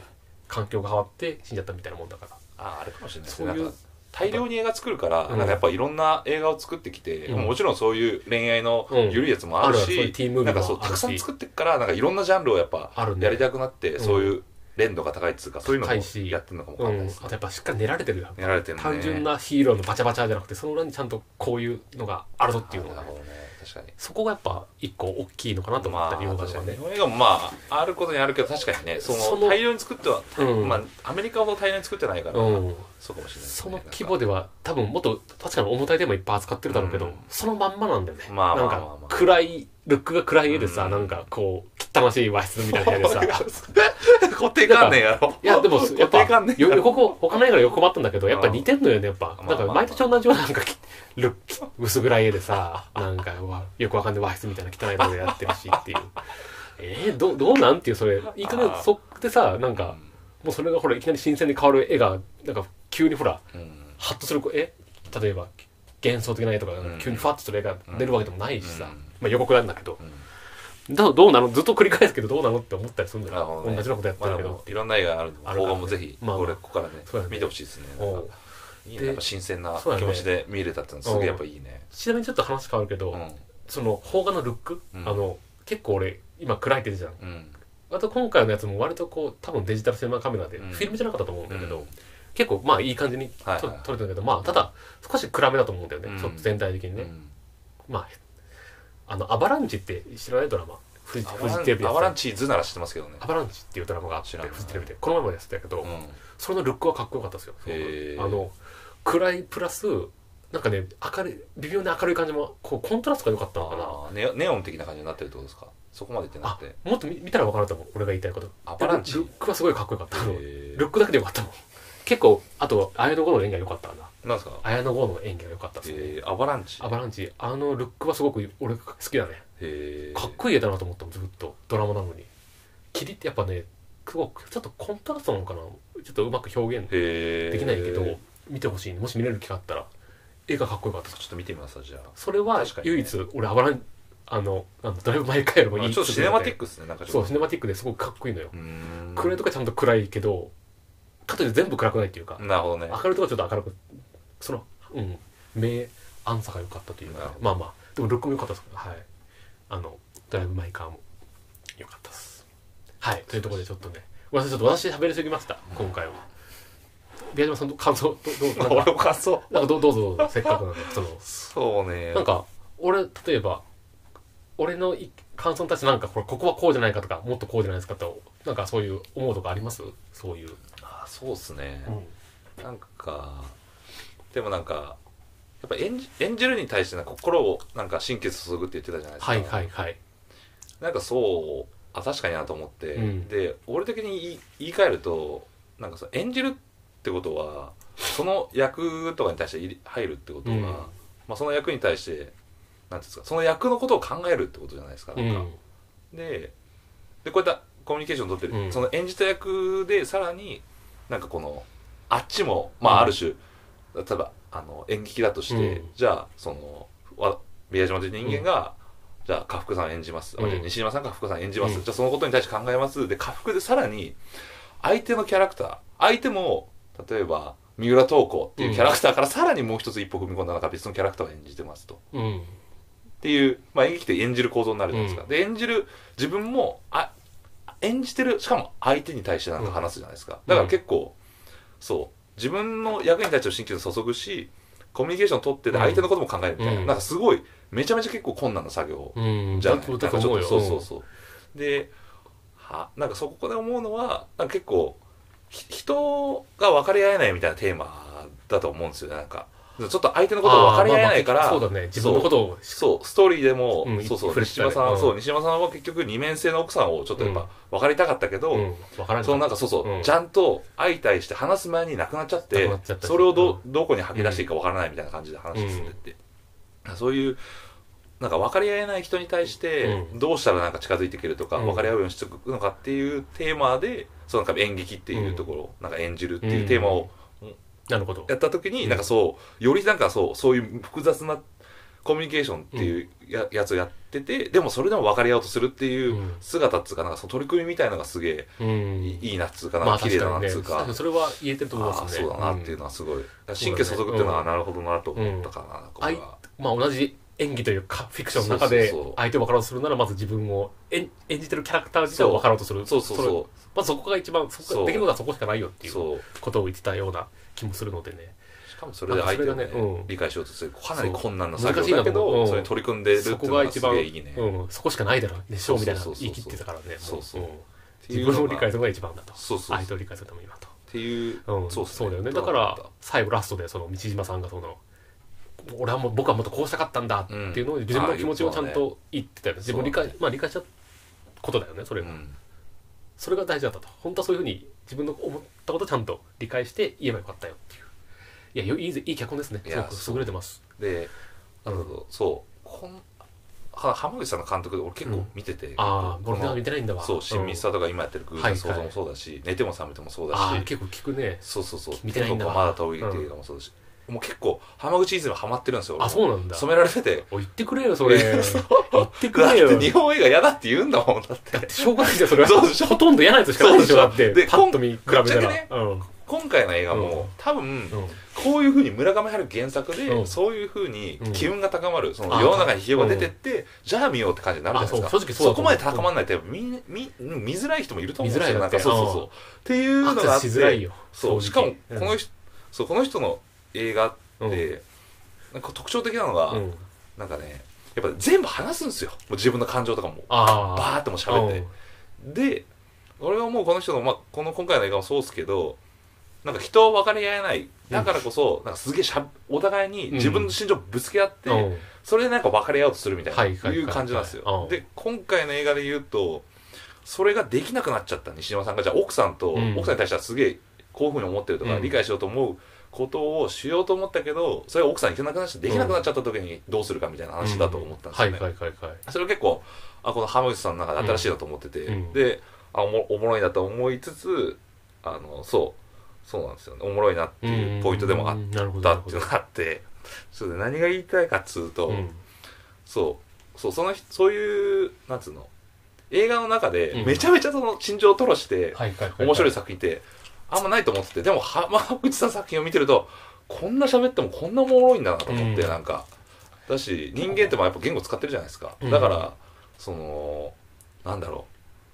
A: 環境が変わって死んじゃったみたいなもんだから
B: あああれかもしれないです
A: そ
B: ね
A: うい
B: な
A: うん
B: か大量に映画作るから、
A: うん
B: なんかやっぱいろんな映画を作ってきて、
A: うん
B: もちろんそういう恋愛の
A: うん
B: 緩いやつもある
A: あるあるそういう
B: し、
A: ティーンムービ
B: な
A: ー
B: ん
A: もあ
B: か
A: るし
B: そうたくさん作ってっからなんかいろんなジャンルをやっぱ
A: あるね
B: やりたくなって、
A: ん
B: そういう連度が高いっつうかそういうのも
A: 高いし
B: やってるのかもわ
A: う
B: かんない
A: ん
B: です、
A: あとやっぱしっかり練られてるよ
B: やられてるね
A: 単純なヒーローのバチャバチャじゃなくてその裏にちゃんとこういうのがあるぞっていうの
B: な
A: が
B: るほどね確かに
A: そこがやっぱ一個大きいのかなと思
B: ま
A: っ
B: あ
A: たり、洋画
B: 確
A: と
B: か
A: か
B: に
A: ね
B: 日本映画もまああることにあるけど確かにねその
A: その
B: 大量に作っては、
A: うん
B: まあアメリカほど大量に作ってないから、
A: うん
B: そうかもしれないです
A: そ
B: ね
A: の規模では多分もっと確かに重たいでもいっぱい扱ってるだろうけど、
B: うん
A: そのまんまなんだよね、
B: まあまあまあまあ
A: なんか暗いルックが暗い絵でさ、
B: うん
A: なんかこう汚しい和室みたいな部屋でさ
B: 固定観念やろ
A: いやでもやっぱ
B: 固定観念
A: よ横こ他の絵から横ばったんだけどやっぱ似てんのよねやっぱ、
B: うん
A: なんか毎年同じようななんかきルック薄暗い絵でさ なんかわよくわかんない和室みたいな汚いとこでやってるし っていうえー、どどうなんっていうそれいい加減そっでさなんかもうそれがほらいきなり新鮮に変わる絵がなんか急にほら
B: うん
A: ハッとするえ例えば幻想的な絵とか
B: うん
A: 急にふわっとする絵が出るわけでもないしさ、
B: うん
A: まあ、予告なんだけど、
B: ん
A: だからどうなのずっと繰り返すけどどうなのって思ったりするんだ
B: なるほ
A: よ、
B: どね
A: 同じようなことやって
B: ま
A: る
B: あ
A: け
B: で
A: ど
B: も、いろんな映画あるんで
A: あるからね
B: 邦画もぜひ
A: まあまあ
B: これここからね
A: そうだね
B: 見てほしいですね
A: うん
B: なんかいいね
A: で
B: やっぱ新鮮な
A: そうだね
B: 気持ちで見れたってのはすげえやっぱいいね
A: ちなみにちょっと話変わるけど、
B: うん
A: その邦画のルック、
B: うん
A: あの結構俺今暗いって言ってたじ
B: うん
A: ゃんあと今回のやつも割とこう多分デジタルセマカメラで、
B: うん
A: フィルムじゃなかったと思うんだけど、
B: うん
A: 結構まあいい感じにと、
B: はいはい
A: 撮れてるんだけどまあただ少し暗めだと思うんだよね、
B: うん
A: ちょっと全体的に
B: う
A: ね、
B: ん
A: まああの「アバランチ」って知らないドラマフジ
B: ア
A: フ
B: バ
A: ジ
B: ラ
A: テレビ
B: ン
A: でや
B: ア
A: っ
B: バ
A: てた
B: ランチ図なら知ってますけどね
A: アバランチっていうドラマがあって
B: 知らない
A: フジテレビでこの前までやってたけど、
B: うん
A: それのルックはかっこよかったですよすごく
B: へー
A: あの暗いプラスなんかね明るい微妙に明るい感じもこうコントラストが良かったのかな
B: あーネオネオン的な感じになってるってことですかそこまでいってな
A: あ
B: くて
A: もっと見見たら分かると思う俺が言いたいこと
B: アバランチ
A: ルルックはすごいかっこよかったあの
B: へ
A: ル
B: ー
A: ックだけでよかったもん結構あと綾野剛の演技が良かったな
B: なんですか
A: 綾野剛の演技が良かったですね
B: えーアバランチ
A: アバランチあのルックはすごく俺好きだね
B: へえ
A: かっこいい絵だなと思ったもんずっとドラマなのに霧ってやっぱねすごくちょっとコントラストなのかなちょっとうまく表現
B: へえ
A: できないけど、
B: ちょ
A: 見てほしいもし見れる機会あったら絵がかっこよかった
B: っと見てみますわじゃあ
A: それは
B: 確かにね
A: 唯一、俺アバランあのあのだいぶ前からよりもい
B: あ
A: い
B: ちょっとシネマティッ
A: ク
B: クっすねなんかち
A: そ
B: ょっ
A: う
B: と
A: シネマティックですごくかっこいいのよ、
B: うーん
A: 暗いとこはちゃんと暗いけどかといって全部暗くないっていうか、
B: なるほどね
A: 明るいとこはちょっと明るくそのうん明暗さが良かったという
B: な
A: か
B: るほど
A: まあまあでもルックも良かったですはいあのドライブ・マイ・カーも良かったですはいというところでちょっとねごめんなさいちょっと私喋りすぎました今回は宮島さんの感想どどうなん
B: 俺
A: か
B: も感想
A: なんかどうどうぞどうぞせっかくなんでその
B: そうね
A: なんか俺例えば俺のい感想に対してなんかこれここはこうじゃないかとかもっとこうじゃないですかとなんかそういう思うとかありますそういう、
B: あそうっすね、なんかでもなんかやっぱ演じ演じるに対してなんか心をなんか神経注ぐって言ってたじゃないですか
A: はいはいはい
B: なんかそうあ確かになと思って、
A: うん
B: で俺的に言い言い換えるとなんかその演じるってことはその役とかに対して入り入るってことは、
A: うん
B: まあ、その役に対してなんていうんですかその役のことを考えるってことじゃないですか
A: う
B: なんか、
A: ん
B: ででこういったコミュニケーションを取ってる、
A: うん
B: その演じた役でさらになんかこのあっちも、ま
A: うん
B: あ、ある種、例えばあの演劇だとして、
A: うん
B: じゃあそのわ宮島という人間が、じゃあ家福さん演じます、あ
A: うん
B: じゃあ西島さん家福さん演じます、
A: うん
B: じゃあそのことに対して考えますで家福でさらに相手のキャラクター相手も例えば三浦透子っていうキャラクターからさらにもう一つ一歩踏み込んだ中別のキャラクターを演じてますと。
A: うん
B: っていう、まあ、演劇って演じる構造になるじゃないですか、
A: うん
B: で演じる自分もあ演じてるしかも相手に対してなんか話すじゃないですか、だから結構そう自分の役に対しての神経を注ぐしコミュニケーションを取ってて
A: うん
B: 相手のことも考えるみたいな、
A: うん
B: なんかすごいめちゃめちゃ結構困難な作業
A: うん
B: じゃない、
A: だ
B: な
A: だ
B: ん
A: と
B: かちょ
A: 思
B: っ
A: う
B: と
A: よ
B: そうそうそうではなんかそこで思うのはなんか結構ひ人が分かり合えないみたいなテーマだと思うんですよねなんかちょっと相手のことを分かり合えないから、
A: あーまあまあそうだね自分のことを
B: そう、ストーリーでも、
A: うん
B: そうそう、
A: 触れ
B: 西
A: てたね
B: 島さん、
A: うん
B: そう、西島さんは結局二面性の奥さんをちょっとや
A: う
B: っ
A: ん
B: ぱ分かりたかったけど、
A: うんわからん
B: そのなんかそうそう、
A: うん
B: ちゃんと相対して話す前に亡くなっちゃっ
A: 亡
B: て、
A: くなっちゃったし
B: それをど、どこに吐き出していいか分からないみたいな感じで話を進んでって、そういう、なんか分かり合えない人に対して、
A: う
B: どうしたらなんか近づいていけるとか、
A: うん
B: 分かり合うようにしていくのかっていうテーマで、そのなんか演劇っていうところ、なんか演じるっていうテーマを
A: なるほど
B: やった時に、
A: うん
B: なんかそうよりなんかそうそういう複雑なコミュニケーションっていうや,、やつをやっててでもそれでも分かり合おうとするっていう
A: うん
B: 姿っつうかなんかその取り組みみたいのがすげえ
A: う
B: い
A: ん
B: い,、いなっつうかな、
A: まあ
B: 綺
A: 確
B: 麗だ
A: か
B: な
A: に
B: っ
A: ね
B: つう
A: 確
B: か
A: かにそれは言えてると思い
B: あ
A: ま
B: あ
A: す
B: そ
A: ね
B: うだなっていうの
A: ん
B: はすごい、神経注ぐっていうのはなるほどなと思ったかな、こ
A: あ
B: れ
A: い
B: は
A: まあ同じ演技というかフィクションの中で
B: そうそうそう
A: 相手を分かろうとするならまず自分を演演じてるキャラクター自体を分かろうとする
B: そうそう
A: れ
B: そ
A: まあそこが一番そこ
B: そう
A: できることはそこしかないよって
B: う
A: いう
B: そう
A: ことを言ってたような気もするのでね
B: しかもそれで相手
A: な
B: をね
A: んかそれがねうん
B: 理解しようとするかなり困難な作
A: 難し
B: 業
A: いなと
B: だけ
A: 思う
B: ど
A: うん
B: それに取り組んでるってい
A: そうこ
B: の
A: が
B: が
A: 一
B: すげ
A: 番
B: えいいね、
A: うんそこしかないだろうでしょうみたいな
B: そうそうそうそう
A: 言い切ってたからねも
B: そうそうんてい
A: 自
B: うのが
A: 分を理解するのが一番だと
B: そうそう
A: 相
B: っ
A: 手を理解するのも今と
B: ていう、
A: うん、
B: そうっす
A: だよねだから最後ラストでその道島さんがその俺はもう僕はもっとこうしたかったんだっていうのを
B: うん
A: 自分の気持ちをちゃんと言ってたよね、
B: あー
A: 自分を理
B: そう
A: 解、
B: だね
A: まあ理解したことだよねそれ
B: う
A: が、
B: ん
A: それが大事だったと本当はそういうふうに自分の思ったことをちゃんと理解して言えばよかったよっていういやよいいぜいい脚本ですね
B: い
A: す
B: や
A: ごく優れてます
B: で
A: う
B: なんるほど、そうこんは浜口さんの監督で俺結構見てて、
A: ああ
B: 結構
A: 俺
B: この
A: は見てないんだわ
B: そう新密
A: ん
B: さとか今やってる偶
A: はいは
B: 然
A: い
B: 想像もそうだし、寝ても覚めてもそうだ
A: ああ
B: し
A: 結構聞くね
B: そうそうそう
A: 見てないんだわ
B: まだ遠いっていう映画もそうだし、もう結構浜口イズムハマってるんですよ
A: あそうなんだ
B: 染められてて
A: お言ってくれよそれ
B: そう
A: 言ってく
B: だっ
A: れよ
B: て日本映画嫌だって言うんだもんだって
A: だってしょうがないじゃんそれは
B: そうでしょ
A: ほとんど嫌なやつしかないでしょだ
B: そう
A: っ
B: でしょ
A: て
B: で
A: パッと見比べた
B: ぶっちゃけ
A: ら
B: ね
A: うん
B: 今回の映画も、
A: うん
B: 多分、
A: うん
B: こういうふうに村上春樹原作で、
A: うん
B: そういうふうに
A: うん
B: 機運が高まる、そ
A: あ
B: の
A: ー
B: 世の中にひげが出てって、じゃあ見ようって感じになるじゃないですか。
A: あそう正直そうだと
B: こ
A: 思う
B: まで高まらないと、見、見、見づらい人もいると思うんです
A: 見づら
B: よ。ないん
A: だって
B: かそうそうそう。っていうの
A: アク
B: があ
A: セ
B: っ
A: ス
B: て、
A: しづらいよ
B: そう、しかも、こ
A: 人
B: の人、そう、この人の映画って、なんか特徴的なのが、
A: うん
B: なんかね、やっぱ全部話すんですよ。もう自分の感情とかも。
A: ああ
B: バーってもう喋って。で俺はもうこの人の、まあ、この今回の映画もそうですけどなんか人を分かり合えないだからこそ、なんかすげえしゃお互いに自分の心情ぶつけ合って、
A: うん
B: それでなんか分かり合おうとするみたいな、
A: はい
B: い
A: はいはいはいう
B: 感じなんですよ、
A: うん
B: で今回の映画で言うとそれができなくなっちゃった西島さんがじゃあ奥さんと、
A: うん
B: 奥さんに対してはすげえこういうふうに思ってるとか、
A: うん
B: 理解しようと思うことをしようと思ったけどそれが奥さんに行けなくなっちゃってできなくなっちゃった時にどうするかみたいな話だと思ったんですよね、
A: うんはいはいはいはい
B: それを結構あこの浜口さんの中で新しいなと思ってて、
A: うん
B: であおもおもろいなと思いつつあのそうそうなんですよねおもろいなっていうポイントでもあっ
A: なるほど
B: た
A: なる
B: っ
A: ほ
B: てい
A: ど
B: うのがあってそれで何が言いたいかっつうと、
A: うん
B: そうそうその人そういうなんつうの映画の中
A: う
B: で
A: ん
B: めちゃめちゃその陳情を吐露して
A: はいはいはい
B: 面白い
A: す
B: 作品ってあんまないと思っててでも浜口さん作品を見てるとこんな喋ってもこんなおもろいんだなと思って、
A: うん
B: なんかだし人間ってまあやっぱ言語使ってるじゃないですか、
A: うん
B: だからそのなんだろ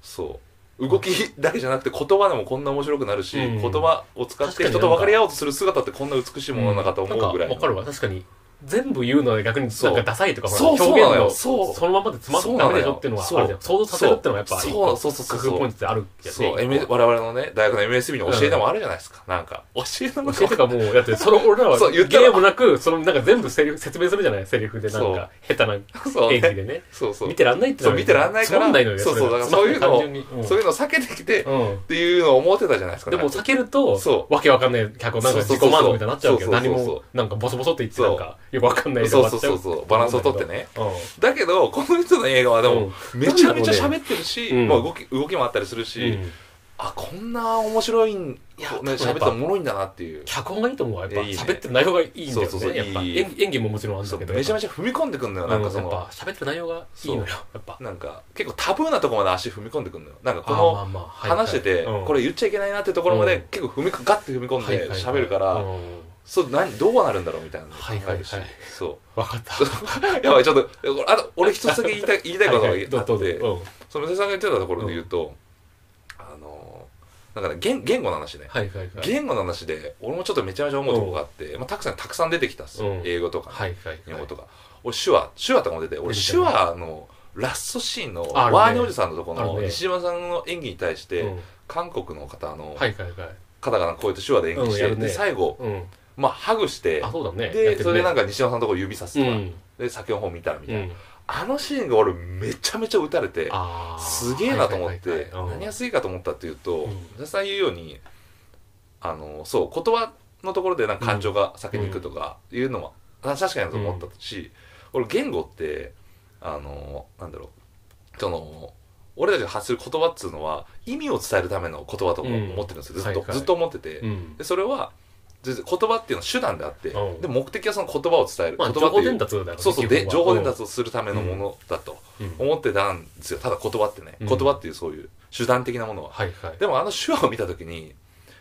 B: うそう動きだけじゃなくて言葉でもこんな面白くなるし、
A: うん
B: 言葉を使っ
A: 確か
B: て
A: に
B: 人と分かり合おうとする姿ってこんな美しいものなのかと思うぐらい
A: わかるわ確かに全部言うのは逆に
B: そう
A: なんかダサいとかほら
B: そうそう
A: 表現
B: なのよ
A: の
B: そう
A: そのままでつまんなでしょっていうのは
B: そう
A: あるじゃん想像させるっていうのはやっぱ
B: そう
A: 一個
B: そうそうそう
A: 工夫ポイントってあるけど
B: そう、
A: ね
B: M、我々のね大学の MSB に教えでもあるじゃないですか、なんか教えの
A: 教えとかもう、だ って、その俺らは
B: そう言ったら
A: ゲームなく、そのなんか全部セリフ説明するじゃないセリフでな
B: そ
A: ん
B: う
A: か、下手な
B: そう
A: 演技
B: ね
A: でね。
B: そうそう
A: 見てらんないってのは
B: そう見てらんないから
A: つまんないのよね。
B: そうそう
A: れ
B: だ
A: が
B: からそういうのを
A: つまんない単純に
B: そういううのを避けてきてっ
A: の。うん。
B: ていうのを思ってたじゃないですか
A: でも
B: なんか
A: 避けると、
B: そ
A: わけわかんない脚本なんか
B: そ
A: 自
B: うそうそうそう
A: 己満足みたいになっちゃうけど、
B: そうそう
A: 何
B: そうそう
A: も、なんかボソボソって言ってなんか、よくわかんないで
B: そ
A: 終
B: う
A: わっ
B: そう
A: ちゃ
B: そうそうバランスをとってね
A: うん。
B: だけどこの人の映画はでも、
A: うん
B: めちゃめちゃ喋ってるし、
A: うん
B: まあ、動き動きもあったりするし、
A: うん
B: あこんな面白いん
A: いや
B: こうね
A: 多分や
B: 喋
A: っ
B: っ
A: ぱ
B: てたらおもろいんだなっていう
A: 脚本がいいと思うわ。やっぱ、
B: いやいいね
A: 喋ってる内容がいいんだよ
B: そうそうそう
A: ね。やっぱ、
B: いい
A: 演演技ももちろんあるんだけど。
B: めちゃめ
A: ち
B: ちゃ踏み込んでくんのよ
A: な
B: なんん
A: か
B: かそ
A: その、や
B: の
A: っぱ喋ってる内容がいいのよ。やっぱ。
B: なんか結構タブーなとこまで足踏み込んでくんのよなんかこ
A: あー
B: の
A: まあまあはいはい
B: 話してて、
A: うん
B: これ言っちゃいけないなってところまで、
A: うん
B: 結構踏み込ガッて踏み込ん
A: はいはい
B: で
A: はい
B: 喋るから、
A: うん
B: そう何どうなるんだろうみたいなの考えるし、
A: はいはいはい
B: そ
A: わかった。
B: う やばいちょっとあと俺一つだけ言い たい言いたいことがあっ
A: は
B: て、
A: いはいどうどうぞうん
B: その武井さんが言ってたところで言うと、あのーなんかね言言語の話ね、
A: はいはいはい。
B: 言語の話で俺もちょっとめちゃめちゃ思うところがあって、まあ、たくさんたくさん出てきたっすよ、
A: うん
B: 英語とか、
A: はいはい
B: 日
A: は
B: 本語
A: い。
B: とか、俺手話手話とかも出て俺
A: 出て
B: 手
A: たね
B: 話のラストシーンの
A: あるね
B: ワーニおじさんのとこ
A: あ
B: の
A: るね
B: 西島さんの演技に対して、
A: うん
B: 韓国の方の、
A: はいはいはい。
B: 方がなんかこうやって手話で演技して、
A: うんやるね
B: で最後、
A: うん。
B: まあ、ハグして
A: あ、そうだね。
B: で、それでなん
A: か、
B: か西山さんのところ指さす
A: う
B: とか、
A: ん。
B: で酒の方見たらみた
A: う
B: いな、
A: ん。
B: あのシーンが俺めちゃめちゃ打たれて
A: あー
B: すげえなと思って、
A: はいはいはいはいうん
B: 何がすげえかと思ったっていうと
A: うん
B: 皆、さん言うようにあのそう言葉のところでなんか感情が先に行くとかいうのも、あ確かになと思ったし、俺言語ってあのなんだろうその俺たちが発する言葉っつうのは意味を伝えるための言葉と思ってるんですよ、
A: うん
B: ずっと、
A: はいはい
B: ずっと思ってて、
A: うん
B: でそれはず言葉っていうのは手段であって、
A: うん
B: で目的はその言葉を伝える、
A: まあ、情
B: 言葉って
A: 報
B: いう
A: 伝達だよね。
B: そうそ
A: 基
B: う
A: 本
B: で
A: は
B: 情報伝達をするためのものだと
A: うんうん
B: 思ってたんですよただ言葉ってね、
A: うん
B: 言葉っていうそういう手段的なものは、
A: はいはい。
B: でもあの手話を見た時に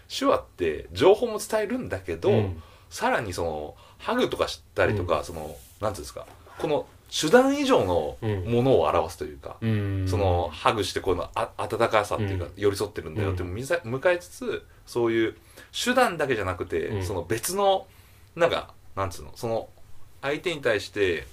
B: 手話って情報も伝えるんだけど、
A: うん
B: さらにそのハグとかしたりとか、そのなんていうんですかこの手段以上のものを表すというか、
A: うん。
B: そのハグしてこのあ温かさっていうか
A: うん
B: 寄り添ってるんだよって
A: う
B: 見せ迎えつつそういう手段だけじゃなくて、
A: うん
B: その別のなんかなんつうのその相手に対して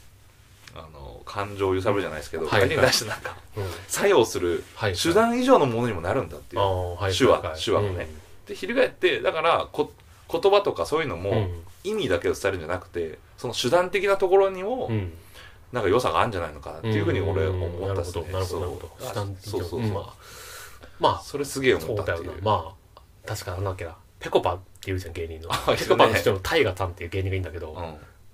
B: あの感情を揺さぶるじゃないですけど、
A: はい
B: 相手に対してなんか
A: うん、
B: 作用する
A: はい
B: 手段以上のものにもなるんだっていう。
A: はい。
B: 手話手話のねで翻ってだからこ言葉とかそういうの
A: うん。う
B: も
A: ん
B: 意味だけを伝えるんじゃなくてその手段的なところにも、
A: うん。
B: なんか良さがあるんじゃないのかなっていうふうに俺
A: ん
B: 思ったっすね。
A: なるほど、なるほど。
B: そう
A: 手段的
B: そ
A: な
B: うそうそう、
A: んまあまあ、
B: それすげえ
A: そ
B: 思っ
A: う
B: た
A: だ
B: っ
A: よ
B: てい
A: な
B: う。。
A: まあ、確かなんだっけな。ペコパっていうじゃん、芸人の
B: あいる。ね
A: ペコパの人のタイガさんっていう芸人がいいんだけど、
B: うん。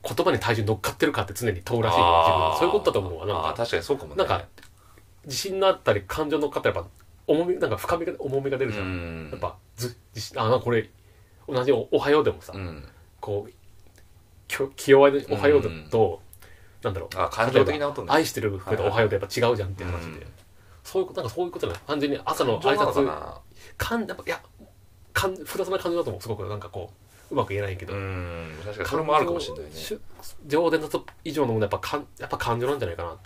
A: 言葉に体重乗っかってるかって常に問うらしいよ
B: あー
A: 自分そういうことだと思うわ。なん
B: あ
A: か
B: ー、確かにそうかもね。
A: なんか、自信のあったり感情の方やっぱ重みなんか深みが重みが出
B: う
A: るじゃん、
B: ん。
A: やっ、ぱず自信あなんかこれ同じお「おはよう」でもさ、
B: うん。
A: こうきょ気弱い「おはよう」だと、なんだろう
B: あ、感情的な音ね。
A: 愛してるけど「おはよう」でやっぱ違うじゃんって
B: う
A: いう話で、
B: ん
A: そういうことなんかそういうことじゃない単純に朝の
B: 感
A: 挨
B: 情なのか
A: 拶
B: な
A: 感やっぱいや感複雑な感情だと思うすごくなんかこううまく言えないけど、
B: うん。確かにそれもあるかもしれないね。
A: 感情情伝達以上のものはやっぱ感やっぱ感情なんじゃないかな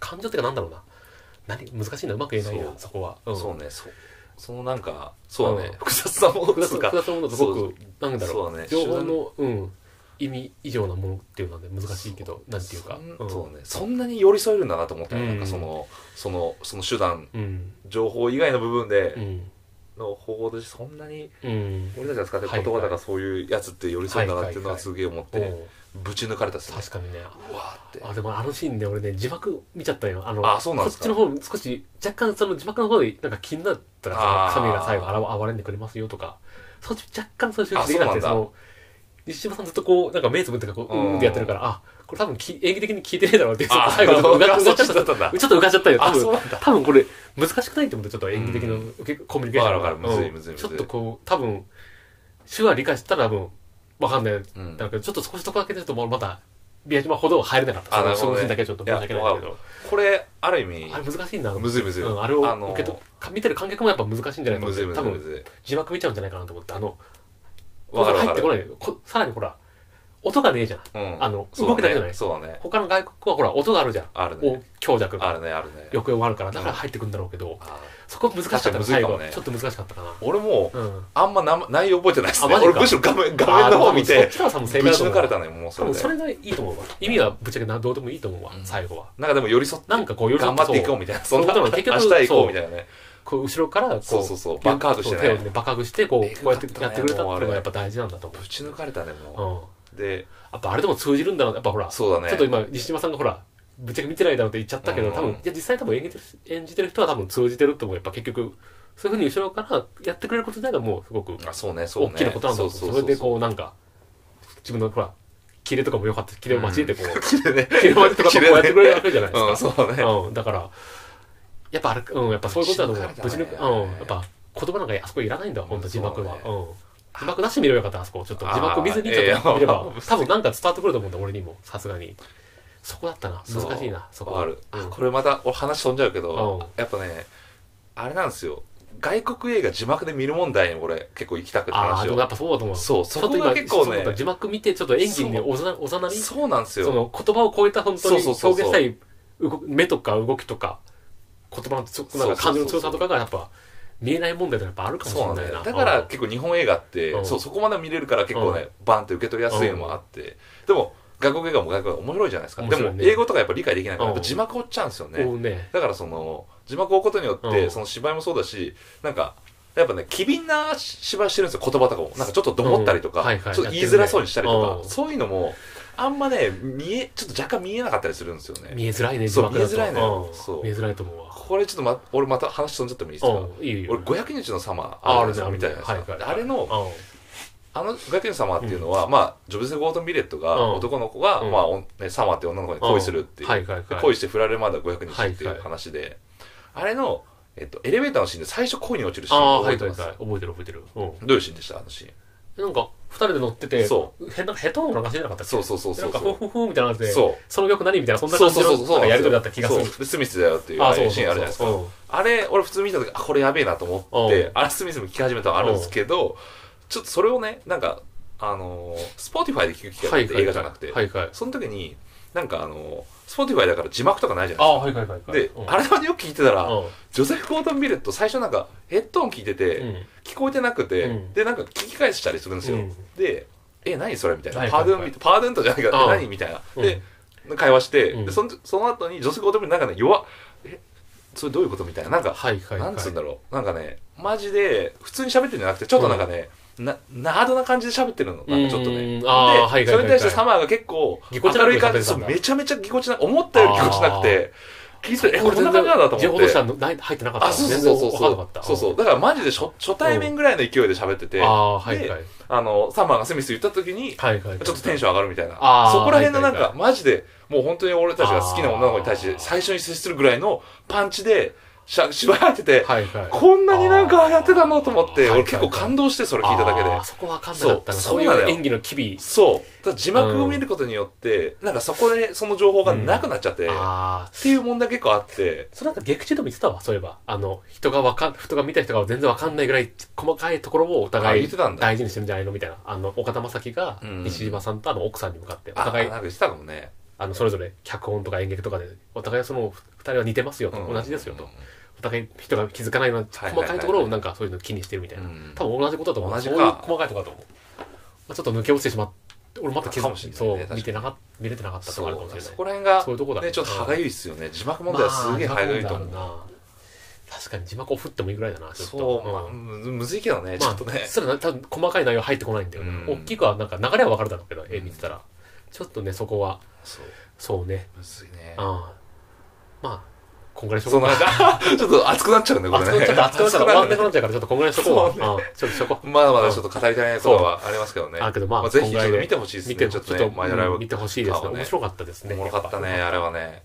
A: 感情っていうかなんだろうな何難しいなうまく言えないな
B: そう
A: そこは、うん、
B: そうね、そう。そのなんか、そうだね
A: うん。
B: 複雑なもの
A: 複
B: です
A: 雑
B: か
A: 複。雑なものとすご
B: そう
A: くなんだろ
B: そう
A: う
B: ね
A: 情報の、うん、意味以上なものっていうので難しいけどなんていうか
B: そんそうね。そんなに寄り添えるんだなと思ったよ。
A: うん
B: なんかその、その、その手段、
A: うん
B: 情報以外の部分で
A: う、ん
B: の方法としてそんなに
A: うん
B: 俺たちが使ってる言葉
A: はい
B: だか
A: は
B: らそういうやつって寄り添うんだなっていうのはすげえ思っ
A: う
B: て
A: ん
B: ぶち抜かれたっすね
A: 確かにね
B: うわーって
A: あでもあのシーンで俺ね字幕見ちゃったよあの
B: あそうなんですか
A: こっちの方少し若干その字幕の方でなんか気になったら
B: あー
A: さ神が最後あらわ憐れんでくれますよとかそっち若干そういう集中できなくてそ
B: あそうなん
A: の西島さんずっとこう、なんか目つぶってこう、
B: うん
A: うんってやってるから、あ、これ多分き演技的に聞いてねえだろうって、
B: あ
A: 最後ちょっ とうがうがっちゃっ
B: そっちだったんだ
A: た。ちょっとうがっちゃったよ。多
B: あそう
A: 分
B: なんだ、
A: 多分これ難しくないと思って、ちょっと演技的な受けコミュニケーション
B: わかるわかるむずい
A: うん
B: むずいむず
A: ち
B: い
A: ょっとこう、多分、手話理解したら多分、わかんない。だ
B: うん
A: けど、ちょっと少しとこだけちょっともうまた、宮島ほど入れなかった。そ
B: あな
A: の
B: るほ
A: そ
B: ど
A: のシ
B: ね
A: ーンだけはちょっと申し訳ないんだけ
B: いや
A: ど。
B: これある意味
A: あれ難しいんだ。
B: むずいむずい、
A: うん、あれを
B: の
A: 受けとか見てる観客もやっぱ難しいんじゃないかな
B: むずいむず
A: 多
B: いむ
A: 分
B: ず
A: 字幕見ちゃうんじゃないかなと思ってあの
B: いわかるわ
A: 入
B: か
A: って
B: る
A: こないよこさらにほら音がねえじゃん
B: うん
A: あの
B: そう
A: 動くだけじゃない
B: そうだね
A: 他の外国はほら音があるじゃん
B: あるね
A: お強弱
B: あるねあるね
A: 抑揚もあるからだから入ってくんだろうけど、
B: あ
A: そこ難しかった
B: 確かに
A: な
B: むずい
A: 最
B: かも
A: 後、
B: ね
A: ちょっと難しかったかな
B: 俺も
A: うん
B: あんまな内容覚えてないですね
A: あマジか
B: 俺むしろ画面画面の方見
A: あ
B: て
A: ー多分そっちはさもう
B: ぶ
A: 正解だと思
B: ち抜
A: う
B: かれたねもうそ
A: 多分
B: れで
A: それがいいと思うわ意味はぶっちゃけなどうでもいいと思うわ、最後は
B: なんかでも寄り添って
A: なんかこうより
B: 頑張っていこう
A: う
B: みたいなそんな
A: そう
B: 明
A: だから
B: 日
A: 結局
B: 行こうみたいなね
A: こう後ろからこう
B: そうそうそうバカハグしてね
A: 手をねバカハグしてこ
B: え
A: う
B: ぐ
A: こう
B: かっ
A: やったて
B: ね
A: やってくれたっていうの
B: もうあ
A: が
B: れ
A: やっぱ大事なんだと思
B: ぶち抜かれたねも
A: ううん
B: うで
A: やっぱあれでも通じるんだな、やっぱほら、
B: そうだね
A: ちょっと今、西島さんがほら、ぶっちゃけ見てないだろうって言っちゃったけど、
B: うん
A: 多分、いや、実際多分演じてる演じてる人は多分通じてると思う。やっぱ結局、そういうふうに後ろからやってくれること自体がもうすごく
B: あそうねそう
A: 大
B: ね
A: きなことなんだと思
B: そ
A: う
B: うそう
A: そうれでこう、なんか、自分のほら、キレとかも良かった。キレを交えてこ う、
B: 切れね
A: キレを交えてとかもこうやってくれるわけじゃないで
B: うん
A: すか。
B: そうね
A: うん、だから、やっぱあれ、うん、やっぱそういうことだと思う。
B: ぶ
A: ぶ
B: ち
A: ち
B: 抜
A: 抜く、
B: かれたね
A: うん、やっぱ、言葉なんかあそこいらないんだわ、ほんと、字幕は。
B: そ
A: うん。字
B: うだ
A: 幕なしで見ればよかった、あそこ。ちょっと字幕見ずに
B: あ
A: ち
B: ー
A: ょっと見れば
B: いや、
A: 多分なんか伝わってくると思うんだ、俺にも、さすがに。そこだったな。
B: そう
A: 難しいな、そこ。
B: わかる、
A: うん
B: これまた俺話飛んじゃうけど、
A: う
B: やっぱねあれなんですよ外国映画字幕で見る問題に俺結構行きたくて
A: ああ、
B: 話
A: でもや
B: を
A: っぱそうだと思う。
B: そ
A: ち
B: う
A: ょっと
B: そこが
A: 今
B: 結構ね
A: そうだった字幕見て、ちょっと演技にね
B: そ
A: おざな、おざなり
B: そうなんです
A: そ
B: よ
A: の言葉を超えた本当に表
B: そう
A: 現
B: そうそうそ
A: し
B: う
A: たい動き目とか動きとか言葉のつなんか感情の強さとかがやっぱ見えない問題ってやっぱあるかもし
B: そう
A: れ
B: なん
A: な
B: だ
A: いな。
B: よだから
A: うん
B: 結構日本映画って、
A: うん
B: そうそこまで見れるから結構ね、バンって受け取りやすいのもあって、でも外国映画も外国映画面白いじゃないですか、
A: 面
B: で
A: 白いね
B: も英語とかやっぱ理解できないから、
A: うん
B: やっぱ字幕追っちゃうんですよね、
A: こうね。
B: だからその字幕を追うことによって、
A: うん
B: その芝居もそうだしなんかやっぱね機敏な芝居してるんですよ言葉とかもなんかちょっとどもったりとか、
A: うんはいはい
B: ちょっと言いづらそうにしたりとか、
A: うん
B: そういうのもあんまね見えちょっと若干見えなかったりするんですよね
A: 見えづらいね、
B: そう
A: 字幕だと
B: 見えづらいのよ
A: うん
B: そう
A: 見えづらいと思うわ。
B: これちょっと、ま、俺また話飛んじゃってもいいですか、
A: うん、いいよいいよ。
B: 俺500日の様
A: あ
B: あ
A: あ
B: る
A: る
B: じ
A: じ
B: ゃ
A: ゃ
B: ん
A: ん
B: みたいなやつ
A: はいはい
B: あれの
A: うん
B: あの500日の様っていうのは、まあジョブズ・ゴートン・ビレットが、
A: うん
B: 男の子が、
A: うん
B: まあおね、サマって女の子に恋するっていう、
A: はいはいはい。
B: 恋して振られるまでは500日ってい
A: は
B: う
A: いはい
B: 話で、あれの、えっと、エレベーターのシーンで最初恋に落ちるシー
A: あ
B: ン
A: あ、は
B: 覚え
A: い
B: て
A: はいは
B: ま
A: い。
B: す、
A: 覚えてる覚えてる。うん。
B: どういうシーンでしたあのシーン
A: なんか、二人で乗ってて、。
B: そう
A: へなんかヘッドホンなんかしてなかったっけ
B: そうそうそうそ
A: な
B: う
A: んか、ふんふんふんみたいなので、
B: そう
A: その曲何みたいな、そんな
B: そう
A: 感じ
B: そう
A: の
B: そうそ
A: な
B: う
A: んかやりとりだった気がする
B: そ。うでスミスだよっていう
A: あ
B: あ
A: あ
B: あい
A: そううそうそう
B: シーンあるじゃないですか
A: うん
B: あれ俺普通見た時あこれやべえなと思っ
A: う
B: て
A: ん
B: あれスミスも聞き始めたのあるんですけどちょっとそれをねなんかあのスポーティファイで聞く機会があって映画じゃなくて、
A: はいはい。
B: その時になんかあのスポーティファイだから字幕とかないじゃ
A: あ
B: ない
A: あ、はいはいはいはい。
B: ですか
A: う
B: で
A: ん
B: あれまでよく聞いてたら
A: うん
B: ジョセフ・ゴートン・ビレット最初なんかヘッドホン聞いてて、
A: うん
B: 聞こえてなくて、
A: うん
B: でなんか聞き返したりするんですよ、
A: うん
B: で「え何それ?」みたいな
A: は
B: 「
A: い
B: パ
A: は
B: ー
A: い
B: ド
A: は
B: ゥン
A: い
B: みたい」パードゥンとじゃないから
A: ああ
B: 「何?」みたいな、で会話して、
A: うん
B: でそのその後に女性が踊るなんかね弱っえそれどういうことみたいななんか、
A: はいはいはい。
B: なんつうんだろうなんかねマジで普通に喋ってるんじゃなくてちょっとなんかね、なナードな感じで喋ってるのなんかちょっとね
A: うん
B: で、
A: ああはいはいはいはい
B: それに対してサマーが結構
A: ぎこちなく
B: 明るい感じで
A: 喋ってたん
B: そう
A: だ
B: めちゃめちゃぎこちな思ったよりぎこちなくて聞いててえこんな感じなんだと
A: 情
B: 思
A: 報
B: って
A: としてはない入ってなかった。
B: あ、そうそうそうそ
A: 全
B: う。
A: 然わかんなかった。
B: そうそう。だからマジで初初対面ぐらいの勢いで喋ってて、
A: ああ、はいはい
B: で。あの、サマーがスミス言った時に、
A: はいはい。
B: ちょっとテンション上がるみたいな。
A: あー
B: そこら辺のなん
A: はいは
B: か、マジで、もう本当に俺たちが好きな女の子に対して
A: あー
B: 最初に接するぐらいのパンチで、しゃ、縛られてて、
A: はいはい。
B: こんなになんかやってたのと思って、
A: あー
B: 俺結構感動してそれ聞いただけで
A: あ。ーそこわかんなかったな。
B: そう
A: そうい
B: そうなの
A: う
B: よ
A: 演技の機微。
B: そう。ただ字幕を見ることによって、なんかそこでその情報がなくなっちゃって、っ
A: ああ。
B: ていう問題結構あって、
A: それなんか劇中でも言ってたわ、そういえば。あの、人がわかん、人が見た人が全然わかんないぐらい細かいところをお
B: あ
A: 互
B: 言っ
A: い
B: てたんだ
A: 大事にしてるんじゃないのみたいな。あの、岡田将生が
B: うん
A: 西島さんとあの奥さんに向かって、お
B: あ、
A: 互い
B: なんかしたかもね。
A: あの、それぞれ脚本とか演劇とかで、お互いその二人は似てますよと、
B: うん
A: 同じですよと。お互い人が気づかないような
B: はいはい
A: 細かいところをなんかそういうの気にしてるみたいな
B: うん。
A: 多分同じことだと思う。
B: 同じ
A: そ
B: か
A: ういう細かいところだと思う。まあちょっと抜け落ちてしまって、俺また気づ
B: かもしれないね確か
A: そう、
B: に
A: 見てなかっ見れてなかったと
B: そ
A: か
B: う
A: あるかもしれない
B: そ。こら辺が
A: そういうとこだ
B: ね、ちょっと歯がゆいっすよね字幕問題はすげえ歯がゆいと思う、
A: まあなんだろうな確かに字幕を振ってもいいぐらいだな、ちょっと。
B: そう、まあ、
A: ん
B: むむずいけどねちょっとね、
A: それな多分細かい内容入ってこないんだよね。
B: うん
A: 大きくはなんか流れはわかるだろうけど、絵見てたら。ちょっとね、そこは、
B: そう
A: そうね。
B: むずいね
A: ああまあ、こんぐらいにし
B: そ
A: と
B: う
A: こう
B: なん
A: か。
B: か ちょっと熱くなっちゃうねこれ
A: 熱くなっ
B: ね
A: ちゃった、 熱くなっちゃった。終わんなくなっちゃうから、ちょっとこんぐらいにしとこう
B: そう
A: わ。うん、ちょっとしとこう。
B: まだまだちょっと語り足りないことはありますけどね
A: あ、けどまあ、
B: ぜ
A: こん
B: ひ
A: ぐ
B: ちょ
A: らいで
B: っと見てほしいです
A: 見
B: ね
A: て、
B: ち
A: ち
B: ょ
A: ょ
B: っ
A: っ
B: と
A: と、
B: ねマイライ
A: う
B: ブ
A: ん見てほしいですね。面
B: か
A: 白かったですね。
B: おもろかったね
A: やぱ
B: あれはね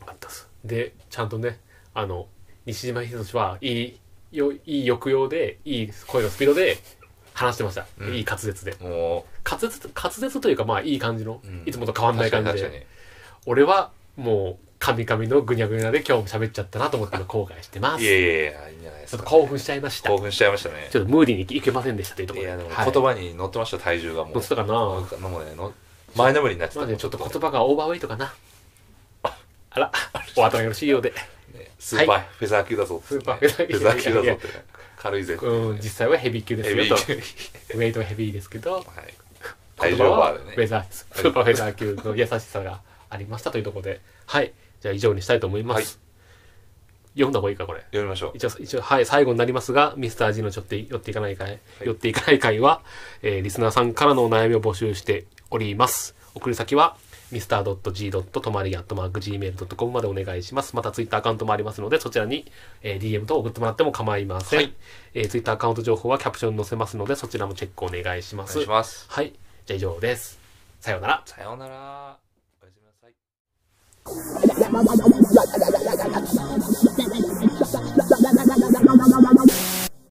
A: よかったです。で、ちゃんとね、あの、西島秀俊はいい、よ、いい抑揚で、いい声のスピードで話してました。
B: うん
A: いい滑舌で。
B: も
A: 滑舌、滑舌というか、まあ、いい感じの
B: うん、
A: いつもと変わ
B: うん
A: ない
B: 確か
A: 感
B: に
A: じ
B: 確かに
A: で。俺は、もう、カミカミのぐにゃぐにゃで今日も喋っちゃったなと思って今後悔してます。
B: い
A: ち
B: やいやいやいいんじゃないで
A: ょ
B: す
A: っと
B: か
A: 興奮しちゃいました。
B: 興奮しちゃいましたね
A: ちょっとムーディーにいけませんでしたというとこ
B: い
A: ろで。
B: やでも
A: はい
B: 言葉に乗ってました体重がもう
A: 乗ってたかな
B: もうもうねの前のめりになって
A: ま
B: た
A: あね、ちょっと言葉がオーバーウェイトかな。あら、お後がよろしいようで。
B: ねスーパーフェザー級だぞ
A: スーパーフェザー級
B: フェザー級だ
A: い
B: ぞ
A: や
B: っ
A: い
B: てね軽いぜって
A: うん、実際はヘビー級です
B: エ
A: よ
B: ビ
A: と。
B: 級
A: ウェイトはヘビーですけど、
B: はい体
A: 言
B: 重
A: 葉
B: オ
A: は
B: ー
A: ウ
B: バーで
A: ェ
B: ね
A: ザー、スーパーフェザー級の優しさがありましたというところで、はい。じゃあ以上にしたいと思います。読んだ方がいいか、これ。
B: 読みましょう
A: 一応、一応、はい、最後になりますが、ミスター G のちょっと寄っていかない会、寄っていかない会は、えーリスナーさんからのお悩みを募集しております。送り先は、mr.g.tomari.gmail.com までお願いします。また、ツイッターアカウントもありますので、そちらに、えー DM と送ってもらっても構いません。
B: はい
A: えツイッター Twitter アカウント情報はキャプションに載せますので、そちらもチェックお願いしま
B: お
A: す。
B: 願いします
A: はい。じゃあ以上です。さようなら。
B: さようならおやすみなさい